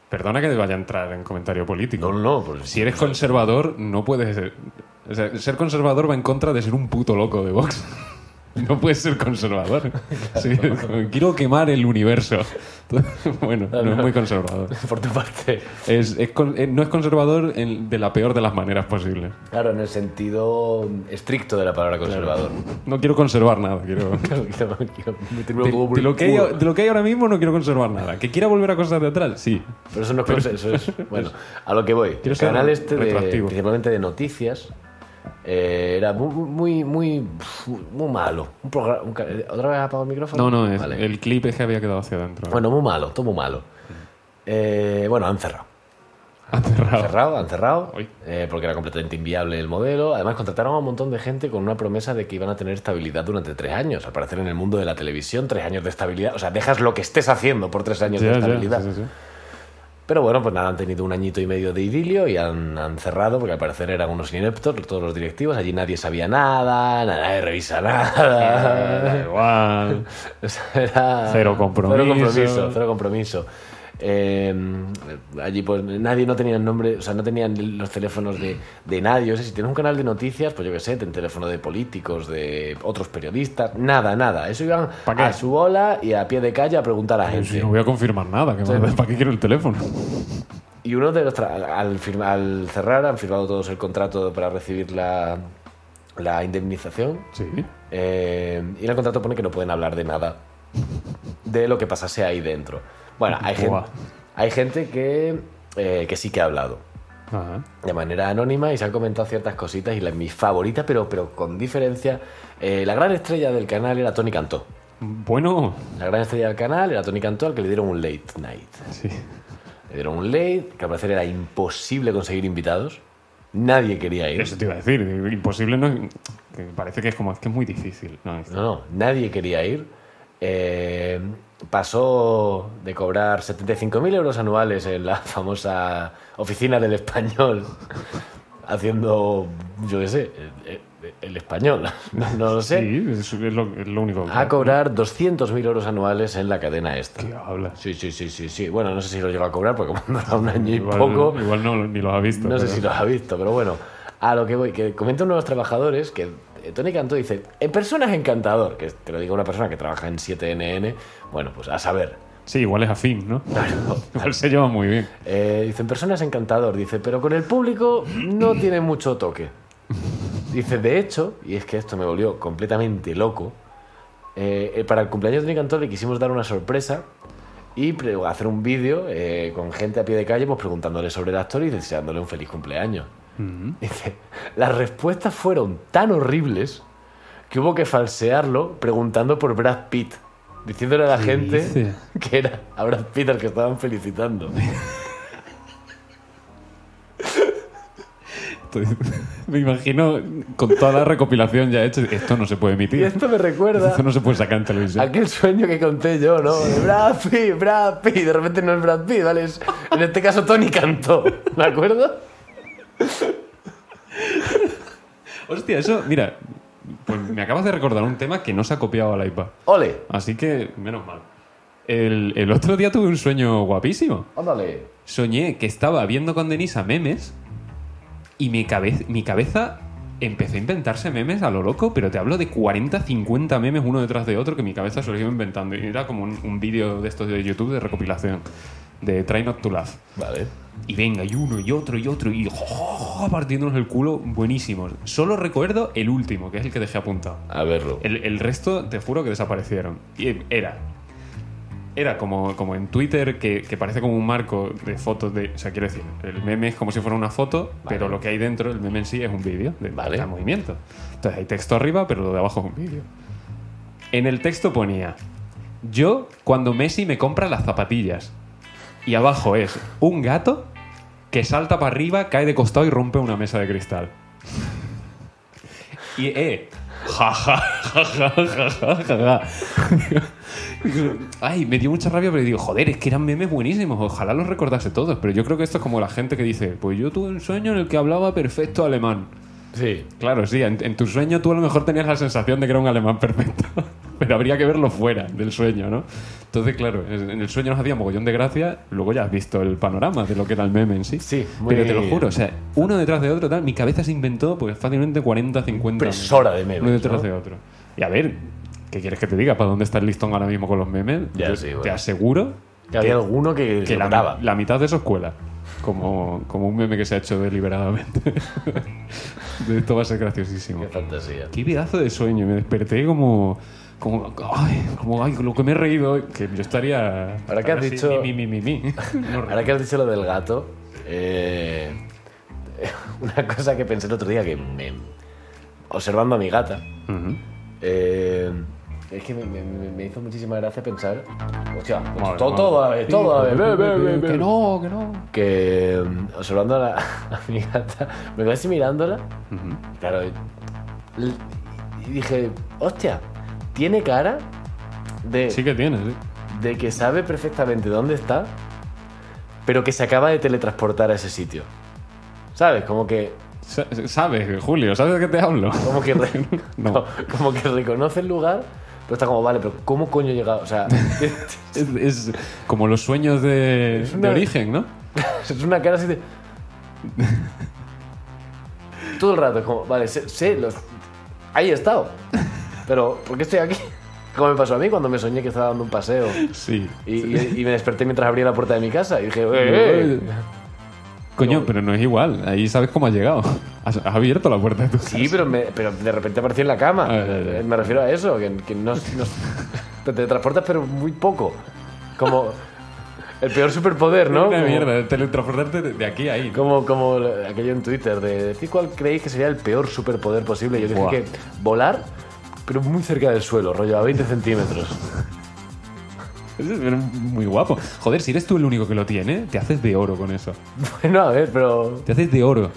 Perdona que te vaya a entrar en comentario político.
no, no, no. por-
Si eres conservador, no puedes ser. O sea, ser conservador va en contra de ser un puto loco de Vox. [LAUGHS] No puedes ser
[LAUGHS]
conservador. Sí, quiero quemar el universo. [LAUGHS] Bueno, no, es muy conservador.
[LAUGHS] Por tu parte.
Es, es con- eh, no es conservador en- de la peor de las maneras posibles.
Claro, en el sentido estricto de la palabra
[LAUGHS]
conservador. [LAUGHS]
No quiero conservar nada. Quiero,
Claro, quiero- quiero meterme
de,
un poco por
de
el
lo que hay,
culo.
de lo que hay ahora mismo no quiero conservar nada. ¿Que quiera volver a cosas de atrás? Sí.
Pero eso no es
[LAUGHS]
cosa- eso es- Bueno, a lo que voy.
Quiero
El
ser
canal este, de-
retroactivo.
principalmente de noticias, eh, era muy, muy, muy, muy malo. Un progra- un ca- ¿Otra vez apago el micrófono?
No, no, es-
Vale.
el clip es que había quedado hacia adentro. [LAUGHS]
Bueno, muy malo, todo muy malo. Eh, bueno, han cerrado.
Ha cerrado.
Han cerrado, han cerrado,
Uy.
eh, porque era completamente inviable el modelo. Además, contrataron a un montón de gente con una promesa de que iban a tener estabilidad durante tres años. Al parecer, en el mundo de la televisión, tres años de estabilidad. O sea, dejas lo que estés haciendo por tres años
Ya,
de
ya,
estabilidad.
sí, sí, sí.
Pero bueno, pues nada, han tenido un añito y medio de idilio y han, han cerrado, porque al parecer eran unos ineptos todos los directivos. Allí nadie sabía nada, nadie revisa Ah, nada.
[LAUGHS] Da igual.
[LAUGHS] O sea, era-
Cero compromiso.
Cero compromiso, cero compromiso. Eh, allí pues nadie no tenía nombre, o sea, no tenían los teléfonos de, de nadie. O sea, si tienes un canal de noticias, pues yo qué sé, ten teléfono de políticos, de otros periodistas, nada, nada. Eso iban
¿Pa qué?
a su bola y a pie de calle a preguntar a la
Si
gente.
no voy a confirmar nada, que me- ¿para qué quiero el teléfono?
Y uno de los tra- al, al firma- al cerrar han firmado todos el contrato para recibir la, la indemnización.
Sí.
Eh, y en el contrato pone que no pueden hablar de nada de lo que pasase ahí dentro. Bueno, hay, gen-
Buah.
hay gente que, eh, que sí que ha hablado
Ajá.
de manera anónima y se han comentado ciertas cositas y la, mi favorita, pero, pero con diferencia, eh, la gran estrella del canal era Tony Cantó.
Bueno,
La gran estrella del canal era Tony Cantó, al que le dieron un late night.
sí.
Le dieron un late, que al parecer era imposible conseguir invitados. Nadie quería ir.
Eso te iba a decir. Imposible no es- que parece que es como es que es muy difícil. No, es-
No, no, nadie quería ir. Eh, pasó de cobrar 75.000 euros anuales en la [LAUGHS] famosa oficina del español, [LAUGHS] haciendo, yo qué sé, el, el- el español, [LAUGHS] no, lo sé, Ah,
Sí, es, es lo, es lo único.
a cobrar 200.000 euros anuales en la cadena esta.
¿Qué hablas?
Sí, sí, sí, sí, sí. Bueno, no sé si lo llegó a cobrar porque [LAUGHS] como era un año y
Igual,
poco,
igual no, ni los ha visto.
no sé
pero-
si lo ha visto, pero bueno. A lo que voy, que comenta uno de los trabajadores que eh, Tony Cantó dice, en persona es encantador, que te lo diga una persona que trabaja en 7NN, bueno, pues a saber.
Sí, igual es afín,
[LAUGHS]
¿no? Igual se lleva muy bien.
Eh, dice, en persona es encantador, dice, pero con el público no tiene mucho toque. Dice, de hecho, y es que esto me volvió completamente loco, eh, eh, para el cumpleaños de Tony Cantó le quisimos dar una sorpresa y pre- hacer un vídeo eh, con gente a pie de calle pues preguntándole sobre el actor y deseándole un feliz cumpleaños. Dice, las respuestas fueron tan horribles que hubo que falsearlo preguntando por Brad Pitt, diciéndole a la gente
dice?
que era a Brad Pitt al que estaban felicitando.
Estoy- [LAUGHS] Me imagino con toda la recopilación ya hecha, esto no se puede
Y [LAUGHS]
emitir.
esto me recuerda
Esto no se puede sacar
[LAUGHS]
en televisión.
aquel sueño que conté yo, ¿no? De Brad Pitt, Brad Pitt, de repente no es Brad Pitt, ¿vale? Es- en este caso Tony cantó, ¿de acuerdo?
Hostia, eso, mira, pues me acabas de recordar un tema que no se ha copiado al iPad.
Ole,
Así que, menos mal. El, el otro día tuve un sueño guapísimo.
ándale.
Soñé que estaba viendo con Denisa memes y mi, cabe- mi cabeza empezó a inventarse memes a lo loco, pero te hablo de 40, 50 memes uno detrás de otro que mi cabeza se los iba inventando. Y era como un, un vídeo de estos de YouTube de recopilación de Try Not to Laugh.
Vale.
Y venga, y uno, y otro, y otro, y jo, jo, jo, partiéndonos el culo, buenísimos. Solo recuerdo el último, que es el que dejé apuntado.
A verlo.
El, el resto, te juro que desaparecieron. Y era. Era como, como en Twitter, que, que parece como un marco de fotos de. O sea, quiero decir, el meme es como si fuera una foto, pero lo que hay dentro, el meme en sí, es un vídeo de
Vale.
cada movimiento. Entonces hay texto arriba, pero lo de abajo es un vídeo. En el texto ponía: Yo, cuando Messi me compra las zapatillas. Y abajo es un gato que salta para arriba, cae de costado y rompe una mesa de cristal. Y eh, ja, ja, ja, ja, ja, ja, ja, ja. Ay, me dio mucha rabia, pero digo, joder, es que eran memes buenísimos, ojalá los recordase todos, pero yo creo que esto es como la gente que dice, pues yo tuve un sueño en el que hablaba perfecto alemán.
Sí.
Claro, sí, en, en tu sueño tú a lo mejor tenías la sensación de que era un alemán perfecto, [LAUGHS] pero habría que verlo fuera del sueño, ¿no? Entonces, claro, en en el sueño nos hacía mogollón de gracia, luego ya has visto el panorama de lo que era el meme en sí.
Sí, muy-
Pero te lo juro, o sea, uno detrás de otro, tal, mi cabeza se inventó pues fácilmente 40, 50.
Impresora Pues, de memes,
Uno detrás
¿no?
de otro. Y a ver, ¿qué quieres que te diga? ¿Para dónde está el listón ahora mismo con los memes?
Ya,
Yo
sí,
te
bueno.
aseguro
Que había alguno que,
que
lo
la,
mataba.
la mitad de eso es cuela. Como, como un meme que se ha hecho deliberadamente. [LAUGHS] De Esto va a ser graciosísimo.
Qué fantasía.
Qué pedazo de sueño. Me desperté como. Como, ay, como, ay, lo que me he reído, hoy, que yo estaría.
Ahora que has
sí,
dicho-
Mi, mi, mi, mi,
[LAUGHS]
mi. No,
Ahora que has dicho lo del gato, eh, [LAUGHS] una cosa que pensé el otro día que me, observando a mi gata, eh, es que me, me- me- me hizo muchísima gracia pensar, hostia, pues
Madre,
todo,
madre.
todo a la vez, todo a la vez, ve, ve, ve, ve.
Que no, que no.
que mm, observando a, la, [LAUGHS] a mi gata, me quedé así mirándola. Claro, y- l- y dije, hostia, tiene cara de,
Sí que tienes, sí.
de que sabe perfectamente dónde está, pero que se acaba de teletransportar a ese sitio. ¿Sabes? Como que,
Sa- Sabes, Julio, ¿sabes de qué
[LAUGHS]
te hablo?
como que, re-
No.
como- como que reconoce el lugar, pero está como, vale, pero ¿cómo coño he llegado? O
[LAUGHS]
sea, es
Es, es como los sueños de,
Es una-
de origen, ¿no?
una cara así de... Todo el rato, es como, vale, sé, sé los... ahí he estado, pero ¿por qué estoy aquí? [LAUGHS] Como me pasó a mí cuando me soñé que estaba dando un paseo
Sí.
y, y- y me desperté mientras abría la puerta de mi casa y dije, ¡eh! eh".
Coño, pero no es igual. Ahí sabes cómo has llegado. Has, has abierto la puerta de tu casa.
Sí, pero, me- pero de repente apareció en la cama.
Ah, ya, ya.
Me refiero a eso, que, que no, no- te teletransportas, pero muy poco. Como el peor superpoder, ¿no?
[LAUGHS] Una
como,
mierda, teletransportarte de de aquí a ahí.
Como, como aquello en Twitter, de decir cuál creéis que sería el peor superpoder posible. Yo dije
Buah.
que volar, pero muy cerca del suelo, rollo a 20 centímetros. [LAUGHS]
Eres Muy guapo. Joder, si eres tú el único que lo tiene, te haces de oro con eso.
Bueno, a ver, pero.
Te haces de oro.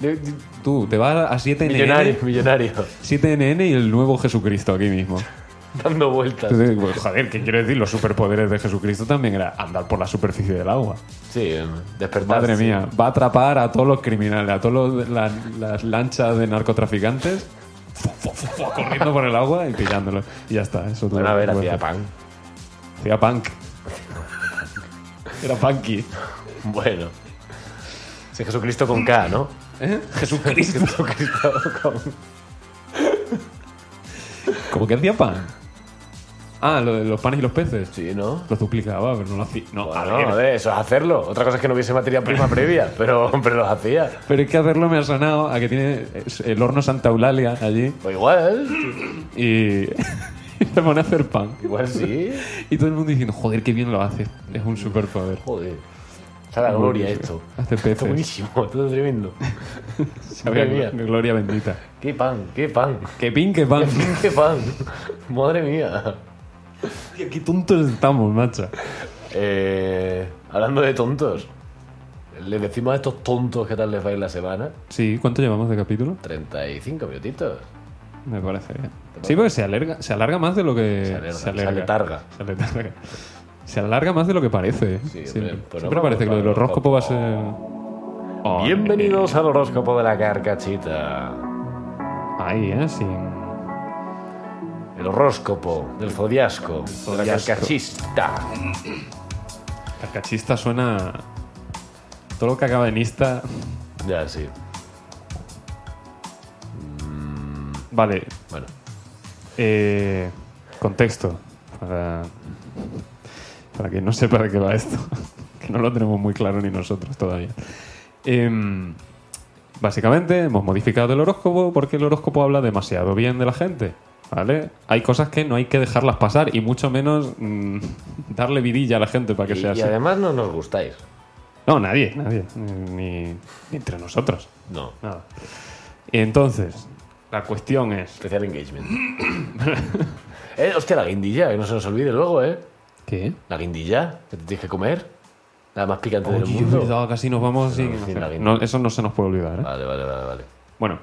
yo- yo-
Tú, te vas a 7
Millonario,
NN.
millonario. [LAUGHS]
7 NN y el nuevo Jesucristo aquí mismo.
Dando vueltas.
Entonces, pues, joder, ¿qué quiero decir? Los superpoderes de Jesucristo también era andar por la superficie del agua.
Sí, em, despertar.
Madre mía, va a atrapar a todos los criminales, a todas las lanchas de narcotraficantes fu, fu, fu, fu, corriendo por el agua y pillándolos. Y ya está, eso todo.
Bueno, a ver,
Bueno,
hacía pan.
Hacía punk. Era punky.
Bueno. Sí, Jesucristo con K, ¿no?
[LAUGHS] ¿Eh? Jesucristo.
Jesucristo con
¿Cómo que hacía pan? Ah, lo de los panes y los peces.
Sí, ¿no?
Los duplicaba, pero no lo hacía. No, a
Bueno,
ver.
a ver, eso es hacerlo. Otra cosa es que no hubiese materia prima previa, pero, pero los hacía.
Pero es que hacerlo me ha sonado a que tiene el horno Santa Eulalia allí
O Pues igual,
y [LAUGHS] y se pone a hacer pan.
igual sí.
Y todo el mundo diciendo, joder, qué bien lo hace. Es un superpoder.
Joder. Está la gloria esto.
Hace
Está
peces.
buenísimo, [LAUGHS] esto es tremendo.
Había
Madre mía.
gl- gloria bendita.
Qué pan, qué
[LAUGHS]
pan.
Que pin, que pan.
Qué pan. Madre mía.
[LAUGHS] qué tontos estamos, macho.
Eh, hablando de tontos. Le decimos a estos tontos qué tal les va a ir la semana.
Sí, ¿cuánto llevamos de capítulo?
35 minutitos.
Me parece bien. Sí, porque se alarga, se alarga más de lo que...
Se alarga, se aletarga.
Se aletarga. Se alarga más de lo que parece. ¿eh?
Sí,
siempre
hombre, pues
siempre
no vamos
parece que lo del
para el
horóscopo va a ser... Oh,
Bienvenidos al horóscopo de la carcachita.
Ahí, ¿eh? Sin...
El horóscopo del zodiasco. De la
Zodiasco.
carcachista.
Carcachista suena... Todo lo que acaba en ista...
Ya, sí.
Vale,
Bueno.
Eh, contexto. Para, para que no sepa de qué va esto. [LAUGHS] que no lo tenemos muy claro ni nosotros todavía. Em, básicamente hemos modificado el horóscopo porque el horóscopo habla demasiado bien de la gente. ¿Vale? Hay cosas que no hay que dejarlas pasar y mucho menos mm, [LAUGHS] darle vidilla a la gente para que
Y,
sea
y
así.
además no nos gustáis.
No, nadie, nadie. Ni, ni entre nosotros.
No.
Nada. Entonces, la cuestión es.
Especial engagement. [CLEARS THROAT] eh, hostia, la guindilla, que no se nos olvide luego, ¿eh?
¿Qué?
La guindilla, que te tienes que comer. La más picante del
Oye, es
mundo.
verdad, casi nos vamos sin-
sin la guinda.
No, eso no se nos puede olvidar. ¿eh?
Vale, vale, vale, vale.
Bueno,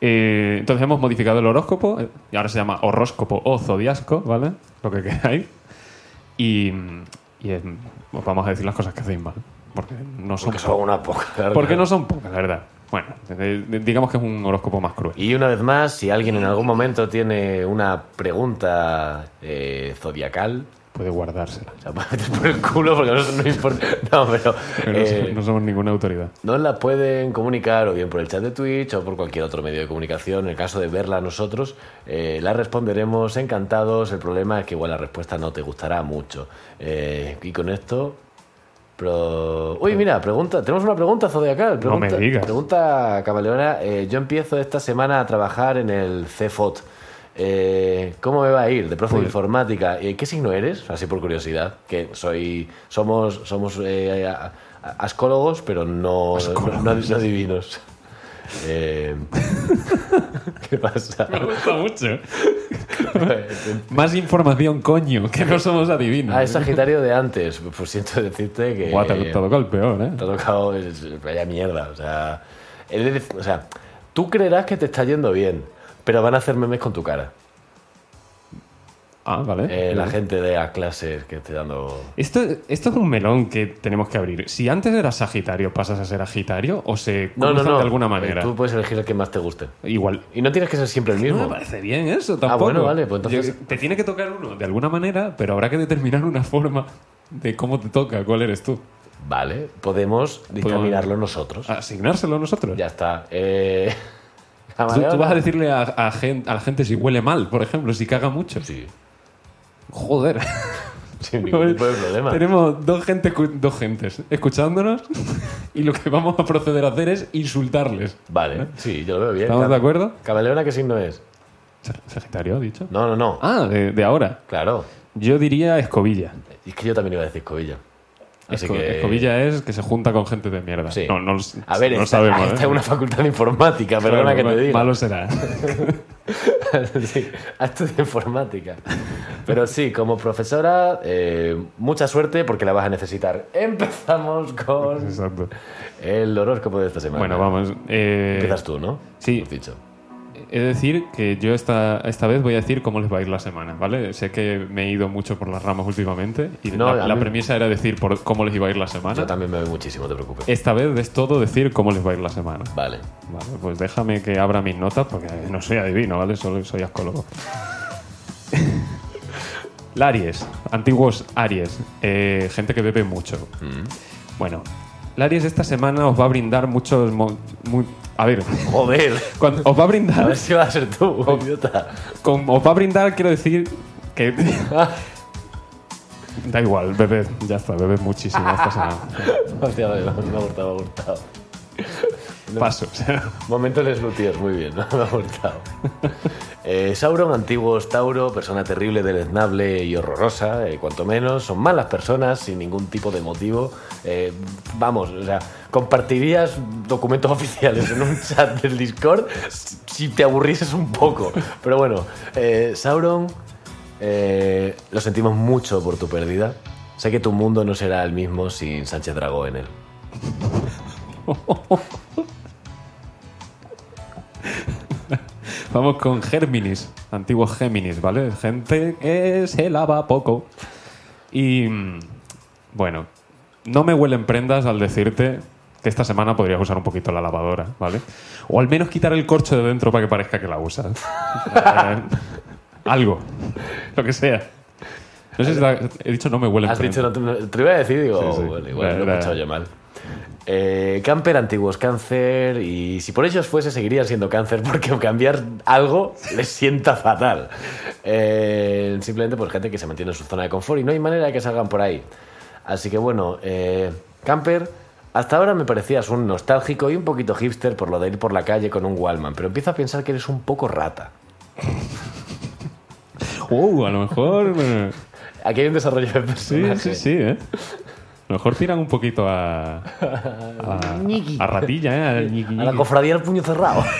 eh, entonces hemos modificado el horóscopo, eh, y ahora se llama horóscopo o zodiasco, ¿vale? Lo que queráis. Y, y, eh, os vamos a decir las cosas que hacéis mal, porque no son,
Porque son una poca. la verdad.
porque no son pocas, la verdad. Bueno, eh, eh, digamos que es un horóscopo más cruel.
Y una vez más, si alguien en algún momento tiene una pregunta eh, zodiacal, [LAUGHS]
Puede guardársela.
o sea, meter por el culo porque no, no importa. No, pero.
Pero no
eh,
so- no somos
[LAUGHS]
ninguna autoridad.
Nos la pueden comunicar o bien por el chat de Twitch o por cualquier otro medio de comunicación. En el caso de verla nosotros, eh, la responderemos encantados. El problema es que igual la respuesta no te gustará mucho. Eh, y con esto... pro- Uy, mira, pregunta. Tenemos una pregunta zodiacal.
No me
Pregunta,
digas.
Pregunta Camaleona. eh, yo empiezo esta semana a trabajar en el CFOT. Eh, ¿Cómo me va a ir? De profe de
Joder.
informática. Eh, ¿Qué signo eres? Así por curiosidad. Que soy. Somos. Somos eh, a- a- ascólogos, pero no.
Ascólogos.
No, no divinos. Eh, [LAUGHS] ¿Qué pasa?
Me gusta mucho. Más información, coño, que no somos adivinos.
Ah, es Sagitario de antes. Pues siento decirte que.
Guau, te ha- te ha tocado el peor, ¿eh?
Te ha tocado es- vaya mierda. O sea, he de dec- o sea, tú creerás que te está yendo bien, pero van a hacer memes con tu cara.
Ah, vale.
Eh, la
Vale.
gente de las clases que esté dando.
Esto, esto es un melón que tenemos que abrir. Si antes eras Sagitario, pasas a ser Agitario o se
No,
cruzan
no, no.
de alguna manera.
Eh, Tú puedes elegir el que más te guste.
Igual.
Y no tienes que ser siempre el
No
mismo.
me parece bien eso tampoco.
bueno, vale, pues entonces-
Yo- te tiene que tocar uno de alguna manera, pero habrá que determinar una forma de cómo te toca, cuál eres tú.
vale, podemos dictaminarlo nosotros.
Ah. Asignárselo nosotros.
Ya está. Eh... [LAUGHS]
Tú, tú
Camaleona.
vas a decirle a, a gen- a la gente si huele mal, por ejemplo, si caga mucho.
Sí,
Joder.
sin ningún tipo de problema.
[LAUGHS] Tenemos dos, gente, escu- dos gentes escuchándonos [LAUGHS] y lo que vamos a proceder a hacer es insultarles.
Vale, sí, yo lo veo bien.
¿Estamos
Cam-
de acuerdo?
Camaleona, ¿qué signo es?
Sag- Sagitario, ha dicho.
No, no, no.
Ah, de, de ahora.
Claro.
Yo diría escobilla.
Es que yo también iba a decir Escobilla. Así
Ah, Esco-
que...
Escobilla es que se junta con gente de mierda.
Sí.
No, no, lo-
A ver,
no
esta,
sabemos. [LAUGHS]
esta es
¿eh?
una facultad de informática,
Claro,
perdona que te diga.
Malo será.
[LAUGHS] sí, ha estudiado informática. Pero sí, como profesora, eh, mucha suerte porque la vas a necesitar. Empezamos con
[LAUGHS] Exacto.
el horóscopo de esta semana.
Bueno, vamos. eh,
Empiezas tú, ¿no?
sí.
Has dicho.
He de decir que yo esta, esta vez voy a decir cómo les va a ir la semana, ¿vale? Sé que me he ido mucho por las ramas últimamente y
No,
la,
a
la
mí-
premisa era decir por cómo les iba a ir la semana.
Yo también me veo muchísimo, te preocupes.
Esta vez es todo decir cómo les va a ir la semana.
Vale.
Vale, pues déjame que abra mis notas porque no soy adivino, ¿vale? Solo soy ascólogo. [LAUGHS] La Aries, antiguos Aries, eh, gente que bebe mucho.
Mm.
Bueno, la Aries esta semana os va a brindar muchos... mo- muy- a ver,
Joder.
cuando- os va
[LAUGHS]
a
A
brindar...
ver si vas a ser tú,
Oh.
idiota. [LAUGHS]
Con, os va a brindar, quiero decir que. da igual, bebed, ya está, bebed muchísimo
[LAUGHS]
esta semana.
Hostia, vale, vale, me ha gustado, me ha gustado.
Paso, o sea,
Momento Les Lutiers, muy bien, [LAUGHS] me ha gustado. Eh, Sauron, antiguo Tauro, persona terrible, deleznable y horrorosa, eh, cuanto menos, son malas personas sin ningún tipo de motivo. Eh, vamos, o sea, compartirías documentos [LAUGHS] oficiales en un chat del Discord si te aburrieses un poco. Pero bueno, eh, Sauron, eh, lo sentimos mucho por tu pérdida. Sé que tu mundo no será el mismo sin Sánchez Dragó en él.
vamos con Géminis, antiguos Géminis, ¿vale? Gente que se lava poco. Y. mm, Bueno, no me huelen prendas al decirte que esta semana podrías usar un poquito la lavadora, ¿vale? O al menos quitar el corcho de dentro para que parezca que la usas. Eh, algo, lo que sea. No sé si la- he dicho no me huelen
Has
prendas.
dicho, no te, te lo iba a decir, digo,
Sí, sí.
bueno, igual
Era-
lo he
era-
escuchado yo mal. Eh, camper, antiguos cáncer, y si por ellos fuese, seguirían siendo cáncer, [LAUGHS] porque cambiar algo les sienta fatal. Eh, simplemente por gente que se mantiene en su zona de confort y no hay manera de que salgan por ahí. Así que bueno, eh, camper, hasta ahora me parecías un nostálgico y un poquito hipster por lo de ir por la calle con un Wallman, pero empiezo a pensar que eres un poco rata.
Uh, a lo mejor. eh,
Aquí hay un desarrollo de
Sí,
personaje.
sí, sí, ¿eh? A lo mejor tiran un poquito a. A, a ratilla, ¿eh? Al ñiqui,
A la
ñiqui.
cofradía del puño cerrado. [LAUGHS]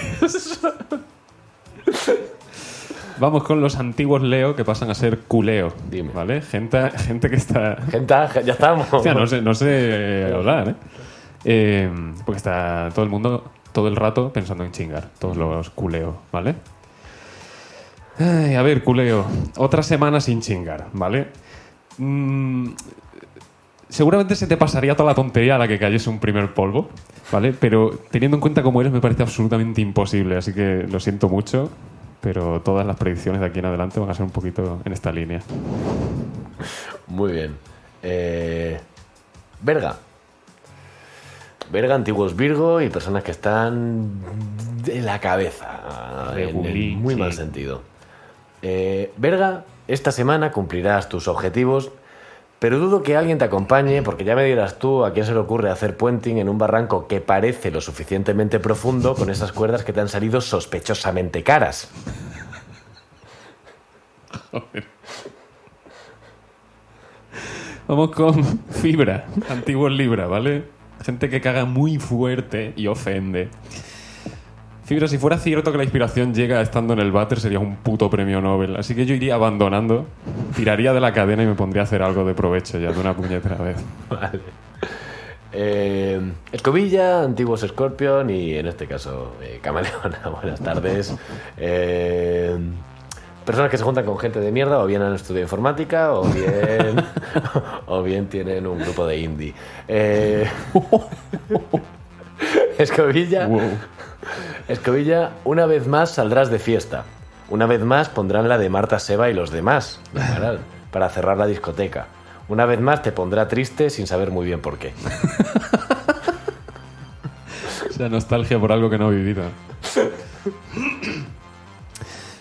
Vamos con los antiguos Leo que pasan a ser culeo.
Dime.
¿Vale? Gente, gente que está.
Gente, ya estamos.
[LAUGHS] Hostia, no sé, no sé hablar, ¿eh? Eh, Porque está todo el mundo todo el rato pensando en chingar. Todos los culeo, ¿vale? Ay, a ver, culeo. Otra semana sin chingar, ¿vale? Mm, seguramente se te pasaría toda la tontería a la que cayese un primer polvo, ¿vale? Pero teniendo en cuenta cómo eres, me parece absolutamente imposible. Así que lo siento mucho, pero todas las predicciones de aquí en adelante van a ser un poquito en esta línea.
Muy bien. Eh, verga. Verga, antiguos Virgo y personas que están de la cabeza. en- en
Regulín,
muy
sí.
mal sentido. Eh, verga, esta semana cumplirás tus objetivos, pero dudo que alguien te acompañe porque ya me dirás tú a quién se le ocurre hacer puenting en un barranco que parece lo suficientemente profundo con esas cuerdas que te han salido sospechosamente caras.
Vamos con [LAUGHS] Fibra, antiguos Libra, ¿vale? Gente que caga muy fuerte y ofende. Fibra, si fuera cierto que la inspiración llega estando en el váter, sería un puto premio Nobel. Así que yo iría abandonando, tiraría de la cadena y me pondría a hacer algo de provecho ya de una puñetera vez.
Eh, Escobilla, antiguos Scorpion y en este caso eh, Camaleona. [LAUGHS] Buenas tardes. Eh, personas que se juntan con gente de mierda o bien han estudiado informática o bien, [LAUGHS] o bien tienen un grupo de indie. Eh, [LAUGHS] Escobilla,
Wow.
Escobilla, una vez más saldrás de fiesta. Una vez más pondrán la de Marta Seba y los demás de Amaral, para cerrar la discoteca. Una vez más te pondrá triste sin saber muy bien por qué.
O [LAUGHS] sea, nostalgia por algo que no he vivido.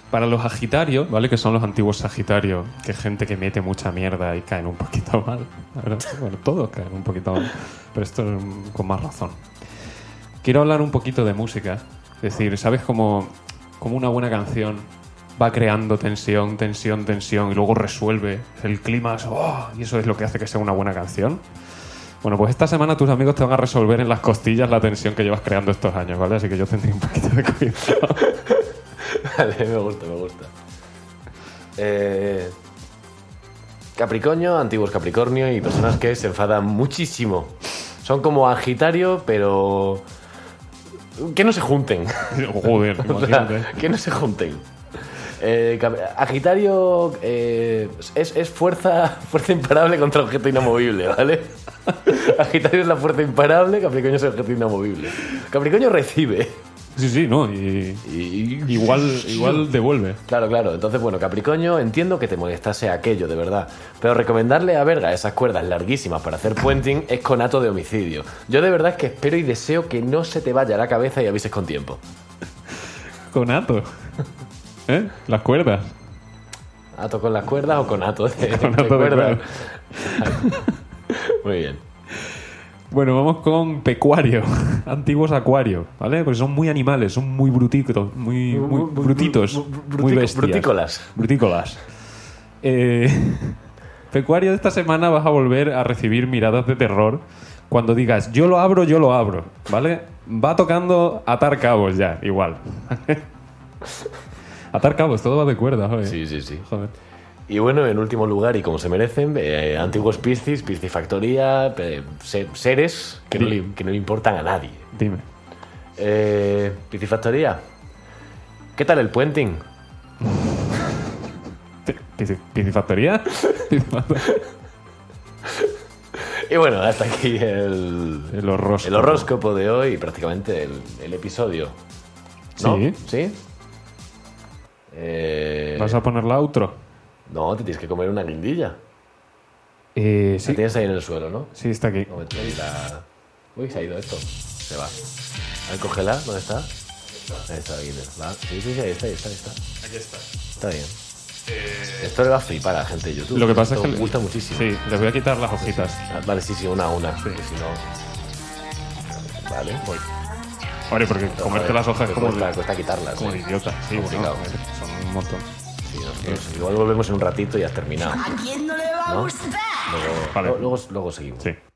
Para los agitarios, ¿vale? Que son los antiguos sagitarios, que es gente que mete mucha mierda y caen un poquito [LAUGHS] mal. La verdad, Bueno, todos caen un poquito mal, pero esto es mm, con más razón. Quiero hablar un poquito de música. Es decir, ¿sabes cómo, cómo una buena canción va creando tensión, tensión, tensión y luego resuelve el clima? Oh, y eso es lo que hace que sea una buena canción. Bueno, pues esta semana tus amigos te van a resolver [LAUGHS] en las costillas la tensión que llevas creando estos años, ¿vale? Así que yo tendré un poquito de cuidado.
Vale, me gusta, me gusta. Eh, Capricornio, antiguos Capricornio y personas que se enfadan muchísimo. Son como Agitario, pero. Que no se junten.
Joder,
O sea,
imagínate.
[LAUGHS] que no se junten. Eh, cap- agitario eh, es, es fuerza, [LAUGHS] fuerza imparable contra objeto inamovible, ¿vale? [LAUGHS] Agitario es la fuerza imparable, Capricornio es el objeto inamovible. Capricornio recibe.
Sí, sí, no. Y,
Y-
igual, igual devuelve.
Claro, claro. Entonces, bueno, Capricornio, entiendo que te molestase aquello, de verdad. Pero recomendarle a verga esas cuerdas larguísimas para hacer puenting es conato de homicidio. Yo de verdad es que espero y deseo que no se te vaya la cabeza y avises con tiempo.
Conato. ¿Eh? Las cuerdas.
¿Ato con las cuerdas o conato
[LAUGHS]
de, de
Conato de
cuerdas?
cuerdas.
[LAUGHS] Muy bien.
Bueno, vamos con pecuario, [LAUGHS] antiguos acuario, ¿vale? Porque son muy animales, son muy brutitos, muy, muy
Bru- bru-
brutitos,
bru- bru-
muy
brutico-
bestias.
brutícolas.
Brutícolas. Eh, [LAUGHS] pecuario, esta semana vas a volver a recibir miradas de terror cuando digas, yo lo abro, yo lo abro, ¿vale? Va tocando atar cabos ya, igual. [LAUGHS] atar cabos, todo va de cuerda, joder.
Sí, sí, sí.
Joder.
Y bueno, en último lugar, y como se merecen, eh, antiguos Piscis, Piscifactoría, eh, se- seres que no,
Sí.
le, que no le importan a nadie.
Dime.
Eh, Piscifactoría, ¿qué tal el puenting?
¿Pisci- ¿Piscifactoría?
Y bueno, hasta aquí el,
El horror.
el horóscopo de hoy y prácticamente el, el episodio. ¿No?
Sí.
¿Sí? Eh,
¿Vas a poner la outro?
No, te tienes que comer una guindilla.
Eh,
La
sí.
tienes ahí en el suelo, ¿no?
Sí, está aquí.
No, me tengo que ir a- Uy, se ha ido esto. Se va. Al cógela, ¿dónde está? Ahí está, ahí va. Sí, sí, sí, ahí está, ahí está, ahí está.
Aquí está. Eh,
Está bien. Esto le va a flipar a la gente de YouTube.
Lo que pasa es
Esto
que.
me gusta muchísimo.
Sí, les voy a quitar las hojitas.
Ah, Vale, sí, sí, una a una. que si no. Vale, pues, voy.
Hombre, porque comerte las hojas es
Me
como,
Cuesta, cuesta quitarlas.
como de
sí.
idiota. Sí, bueno,
Complicado. ¿eh? Pues
son un montón.
Sí, nosotros-
[LAUGHS]
Igual volvemos en un ratito y has terminado.
¿A quién no le va a
¿No?
gustar?
Luego,
Vale.
luego, luego seguimos.
Sí.